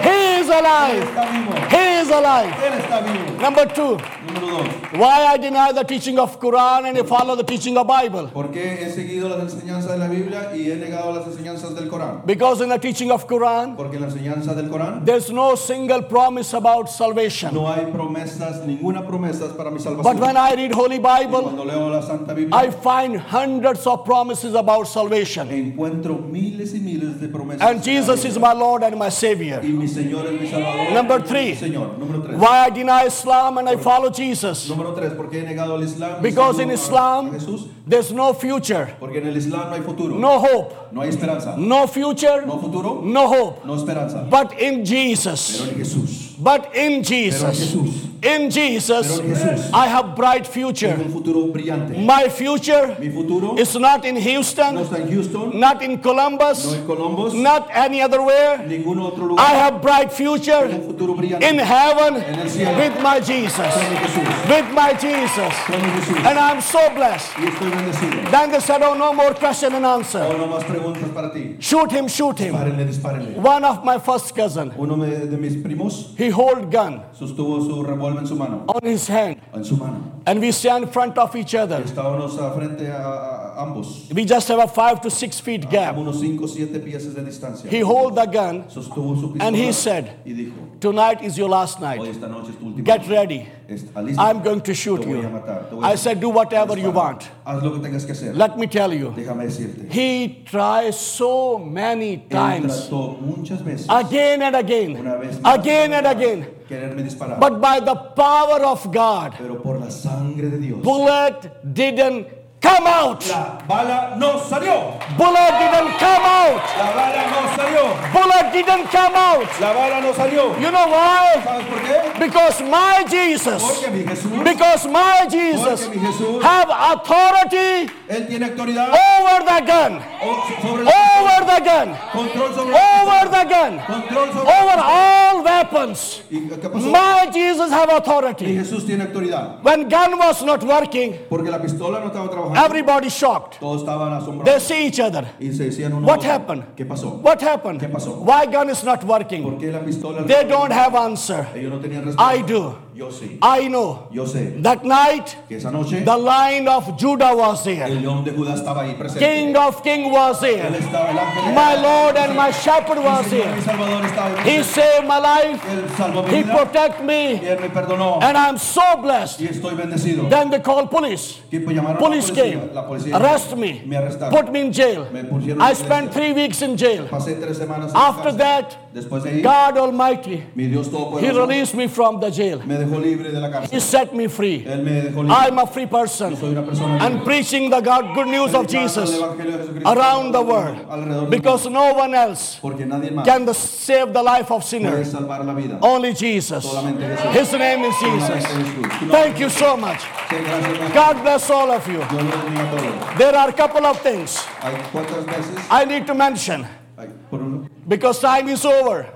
Speaker 2: Él está vivo.
Speaker 1: He is
Speaker 2: Él
Speaker 1: alive.
Speaker 2: está vivo.
Speaker 1: He is alive.
Speaker 2: Él está vivo.
Speaker 1: Number two,
Speaker 2: Número dos.
Speaker 1: why I deny the teaching of Quran and I follow the teaching of Bible?
Speaker 2: Porque he seguido las enseñanzas de la Biblia y he negado las enseñanzas del Corán.
Speaker 1: Because in the teaching of Quran,
Speaker 2: Porque en la enseñanza del Corán
Speaker 1: there's no single promise about salvation.
Speaker 2: no hay promesas, ninguna promesas para mi
Speaker 1: But when
Speaker 2: salvación.
Speaker 1: I read Holy Bible,
Speaker 2: Cuando leo la Santa
Speaker 1: I
Speaker 2: Biblia
Speaker 1: find hundreds of promises about salvation.
Speaker 2: encuentro miles y miles de promesas.
Speaker 1: And Jesus is my Lord and my Savior.
Speaker 2: y mi Señor es mi Salvador.
Speaker 1: Number three.
Speaker 2: Señor, número Número 3.
Speaker 1: Why I deny Islam and I follow Jesus?
Speaker 2: Número 3. ¿Por qué he negado al Islam? y
Speaker 1: Because
Speaker 2: sigo a-
Speaker 1: in
Speaker 2: a
Speaker 1: Islam,
Speaker 2: Jesús.
Speaker 1: there's no future,
Speaker 2: Porque en el Islam no hay futuro.
Speaker 1: no hope,
Speaker 2: No hay esperanza.
Speaker 1: no future,
Speaker 2: No futuro.
Speaker 1: no hope.
Speaker 2: No esperanza.
Speaker 1: But in Jesus,
Speaker 2: Pero en Jesús.
Speaker 1: but in
Speaker 2: Pero en
Speaker 1: Jesus,
Speaker 2: Jesús.
Speaker 1: in Jesus,
Speaker 2: Pero en Jesús.
Speaker 1: I have bright
Speaker 2: Tengo
Speaker 1: future.
Speaker 2: un futuro brillante.
Speaker 1: My future
Speaker 2: Mi futuro
Speaker 1: is not in
Speaker 2: no
Speaker 1: Houston,
Speaker 2: está en Houston,
Speaker 1: not in
Speaker 2: no
Speaker 1: Columbus,
Speaker 2: en Columbus,
Speaker 1: not any other where.
Speaker 2: ningún otro
Speaker 1: I
Speaker 2: lugar.
Speaker 1: have bright
Speaker 2: Tengo
Speaker 1: future
Speaker 2: un futuro brillante.
Speaker 1: in heaven
Speaker 2: En el cielo.
Speaker 1: with my Jesus,
Speaker 2: Con mi Jesús.
Speaker 1: with my Jesus.
Speaker 2: Con mi Jesús.
Speaker 1: And I'm so blessed.
Speaker 2: Y estoy bendecido.
Speaker 1: Then they said, Oh, no more question and answer.
Speaker 2: Ahora más preguntas para ti.
Speaker 1: Shoot him, shoot him.
Speaker 2: Dispárenle, dispárenle.
Speaker 1: One of my first cousin,
Speaker 2: Uno de, de mis primos
Speaker 1: he hold gun
Speaker 2: sostuvo su revólver en su mano.
Speaker 1: on his hand,
Speaker 2: En su mano.
Speaker 1: and we stand in front of each other.
Speaker 2: Estábamos a frente a, a- a ambos.
Speaker 1: We just have a five to six feet
Speaker 2: A
Speaker 1: gap.
Speaker 2: unos 5 o 7 piezas de distancia.
Speaker 1: He hold the gun.
Speaker 2: Sostuvo su pistola
Speaker 1: And he said,
Speaker 2: y dijo,
Speaker 1: Tonight is your last
Speaker 2: hoy
Speaker 1: night.
Speaker 2: esta noche es tu última
Speaker 1: Get
Speaker 2: noche.
Speaker 1: ready.
Speaker 2: Está listo.
Speaker 1: I'm going to shoot
Speaker 2: Te voy a
Speaker 1: you.
Speaker 2: matar, te voy a
Speaker 1: I
Speaker 2: matar.
Speaker 1: said, Do whatever you
Speaker 2: Dispara.
Speaker 1: want.
Speaker 2: Haz lo que tengas que hacer.
Speaker 1: Let me tell you,
Speaker 2: Déjame decirte.
Speaker 1: he tried so many
Speaker 2: Él
Speaker 1: times,
Speaker 2: trató muchas veces,
Speaker 1: again and again,
Speaker 2: una vez más,
Speaker 1: again and again.
Speaker 2: quererme disparar.
Speaker 1: But by the power of God,
Speaker 2: pero por la sangre de Dios,
Speaker 1: bullet didn't come out.
Speaker 2: la bala no salió.
Speaker 1: Bullet didn't come out.
Speaker 2: La bala no salió.
Speaker 1: Bullet didn't come out.
Speaker 2: La bala no salió.
Speaker 1: You know why?
Speaker 2: ¿Sabes por qué?
Speaker 1: Because my Jesus,
Speaker 2: Porque mi Jesús,
Speaker 1: because my Jesus
Speaker 2: porque mi Jesús,
Speaker 1: have authority
Speaker 2: Él tiene autoridad
Speaker 1: over the gun,
Speaker 2: o- sobre la-
Speaker 1: over the gun,
Speaker 2: control sobre la-
Speaker 1: over the gun,
Speaker 2: control sobre
Speaker 1: over all weapons.
Speaker 2: ¿Y qué pasó?
Speaker 1: My Jesus have
Speaker 2: Y
Speaker 1: authority.
Speaker 2: Jesús tiene autoridad.
Speaker 1: When gun was not working,
Speaker 2: Porque la pistola no estaba trabajando.
Speaker 1: everybody shocked.
Speaker 2: Todos estaban
Speaker 1: They
Speaker 2: asombrados.
Speaker 1: see each other.
Speaker 2: Y se decían uno
Speaker 1: What
Speaker 2: a otro,
Speaker 1: happened?
Speaker 2: ¿Qué pasó?
Speaker 1: What happened?
Speaker 2: ¿Qué pasó?
Speaker 1: Why gun is not working?
Speaker 2: ¿Por qué la pistola?
Speaker 1: They don't have answer.
Speaker 2: Ellos no tenían respuesta.
Speaker 1: I do.
Speaker 2: Yo sí.
Speaker 1: I know.
Speaker 2: Yo sé
Speaker 1: That night,
Speaker 2: que esa noche
Speaker 1: the lion of Judah was there.
Speaker 2: el león de Judá estaba ahí presente.
Speaker 1: King of King was
Speaker 2: Él
Speaker 1: there.
Speaker 2: estaba el ángel. de-
Speaker 1: My Lord and my shepherd
Speaker 2: Mi
Speaker 1: was
Speaker 2: Señor, mi
Speaker 1: here.
Speaker 2: Salvador estaba ahí
Speaker 1: He
Speaker 2: presente.
Speaker 1: saved my life.
Speaker 2: Él salvó mi
Speaker 1: He
Speaker 2: vida.
Speaker 1: protect
Speaker 2: Y
Speaker 1: me.
Speaker 2: él me perdonó.
Speaker 1: And I'm so blessed.
Speaker 2: y estoy bendecido.
Speaker 1: Then they called police.
Speaker 2: Y pues llamaron a la
Speaker 1: Police
Speaker 2: policía.
Speaker 1: came.
Speaker 2: La policía
Speaker 1: Arrest me.
Speaker 2: Me arrestaron.
Speaker 1: Put me in jail.
Speaker 2: Me pusieron
Speaker 1: I
Speaker 2: en
Speaker 1: spent
Speaker 2: cárcel.
Speaker 1: three weeks in jail.
Speaker 2: Pasé tres semanas. en
Speaker 1: After
Speaker 2: la cárcel.
Speaker 1: that,
Speaker 2: Después de ahí,
Speaker 1: God Almighty,
Speaker 2: mi Dios
Speaker 1: He
Speaker 2: todopoderoso
Speaker 1: released me from the jail.
Speaker 2: me dejó libre de la
Speaker 1: He
Speaker 2: cárcel.
Speaker 1: set me free.
Speaker 2: Él me dejó libre.
Speaker 1: I'm a free
Speaker 2: Yo
Speaker 1: person.
Speaker 2: soy una persona
Speaker 1: and
Speaker 2: libre.
Speaker 1: preaching the God, good news of
Speaker 2: Predicando el
Speaker 1: Jesus
Speaker 2: Evangelio de Jesucristo
Speaker 1: around the
Speaker 2: alrededor
Speaker 1: world
Speaker 2: del
Speaker 1: because no one else
Speaker 2: Porque nadie más
Speaker 1: can the- save the life of
Speaker 2: puede
Speaker 1: sinners.
Speaker 2: salvar la vida.
Speaker 1: Only Jesus.
Speaker 2: Solamente Jesús.
Speaker 1: His name is Jesus.
Speaker 2: Solamente Jesús. Tu
Speaker 1: Thank
Speaker 2: nombre,
Speaker 1: you so much.
Speaker 2: Sí, gracias, hermano.
Speaker 1: God bless all of you.
Speaker 2: Dios los bendiga a todos.
Speaker 1: There are a couple of things
Speaker 2: Hay cuántas veces,
Speaker 1: I need to mention
Speaker 2: Ay, por uno,
Speaker 1: because time is over.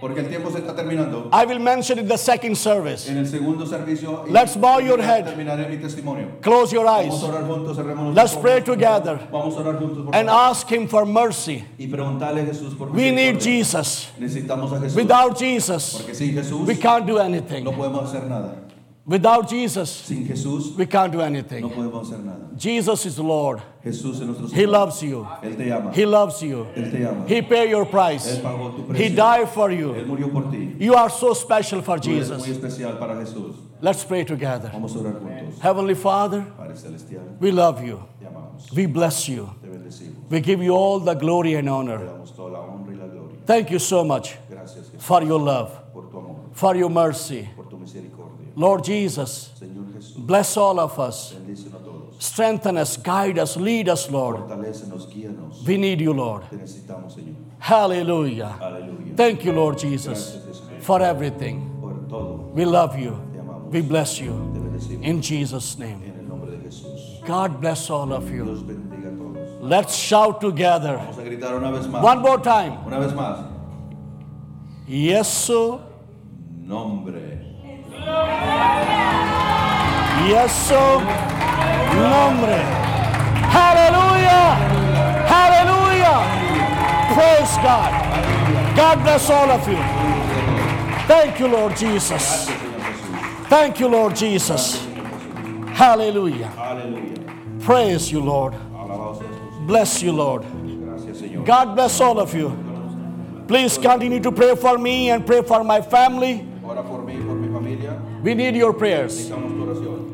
Speaker 2: porque el tiempo se está terminando.
Speaker 1: I will mention in the second service.
Speaker 2: En el segundo servicio, y
Speaker 1: Let's bow your head.
Speaker 2: Terminaré mi testimonio.
Speaker 1: Close your
Speaker 2: Vamos a
Speaker 1: eyes
Speaker 2: orar juntos, cerremos los
Speaker 1: Let's
Speaker 2: ojos.
Speaker 1: pray together.
Speaker 2: Vamos a orar juntos por
Speaker 1: and
Speaker 2: favor.
Speaker 1: ask Him for mercy.
Speaker 2: y preguntarle a Jesús por
Speaker 1: We need
Speaker 2: misericordia.
Speaker 1: Jesus.
Speaker 2: Necesitamos a Jesús.
Speaker 1: Without Jesus,
Speaker 2: porque sin Jesús
Speaker 1: we can't do
Speaker 2: no
Speaker 1: anything.
Speaker 2: podemos hacer nada.
Speaker 1: Without Jesus,
Speaker 2: Sin Jesús
Speaker 1: we can't do
Speaker 2: no
Speaker 1: anything.
Speaker 2: podemos hacer nada.
Speaker 1: Jesus is Lord.
Speaker 2: Jesús es nuestro
Speaker 1: He
Speaker 2: Señor.
Speaker 1: loves you.
Speaker 2: Él te ama.
Speaker 1: He loves you.
Speaker 2: Él te ama.
Speaker 1: He paid your price.
Speaker 2: Él pagó tu precio.
Speaker 1: He died for
Speaker 2: Él
Speaker 1: you.
Speaker 2: murió por ti.
Speaker 1: You are so special for
Speaker 2: Tú eres muy
Speaker 1: Jesus.
Speaker 2: especial para Jesús.
Speaker 1: Let's pray together.
Speaker 2: Vamos a orar juntos.
Speaker 1: Heavenly Father,
Speaker 2: Padre Celestial,
Speaker 1: we love you.
Speaker 2: te amamos.
Speaker 1: We bless you.
Speaker 2: Te bendecimos.
Speaker 1: We give you all the glory and
Speaker 2: Te
Speaker 1: honor.
Speaker 2: damos toda la honra y la gloria.
Speaker 1: Thank you so much
Speaker 2: Gracias Jesús
Speaker 1: for your love,
Speaker 2: por tu amor,
Speaker 1: for your mercy.
Speaker 2: por tu misericordia.
Speaker 1: Lord Jesus,
Speaker 2: Señor Jesús,
Speaker 1: bless all of us.
Speaker 2: bendícenos a todos.
Speaker 1: Strengthen us, guide us, lead us, Lord.
Speaker 2: Fortalécenos, guíanos.
Speaker 1: We need you, Lord.
Speaker 2: Te necesitamos, Señor.
Speaker 1: Hallelujah.
Speaker 2: Aleluya.
Speaker 1: Thank you, Lord Jesus,
Speaker 2: Gracias Jesús
Speaker 1: for everything.
Speaker 2: por todo.
Speaker 1: We love you.
Speaker 2: Te amamos.
Speaker 1: We bless you.
Speaker 2: Te bendecimos
Speaker 1: In Jesus' name.
Speaker 2: en el nombre de Jesús.
Speaker 1: God bless all of you.
Speaker 2: Dios bendiga a todos.
Speaker 1: Let's shout together.
Speaker 2: Vamos a gritar una vez más.
Speaker 1: One more time.
Speaker 2: Una vez más.
Speaker 1: Yesu,
Speaker 2: Nombre.
Speaker 1: Yesu, nombre. Hallelujah. Hallelujah. Praise God. God bless all of you. Thank you, Lord Jesus.
Speaker 2: Señor Jesús.
Speaker 1: Thank you, Lord Jesus. Hallelujah.
Speaker 2: Aleluya.
Speaker 1: Praise you, Lord.
Speaker 2: Alabado seas tú, Señor.
Speaker 1: Bless you, Lord.
Speaker 2: Gracias, Señor.
Speaker 1: God bless all of you. Please continue to pray for me and pray for my family.
Speaker 2: Ora por mí y por mi familia.
Speaker 1: We need your prayers.
Speaker 2: Necesitamos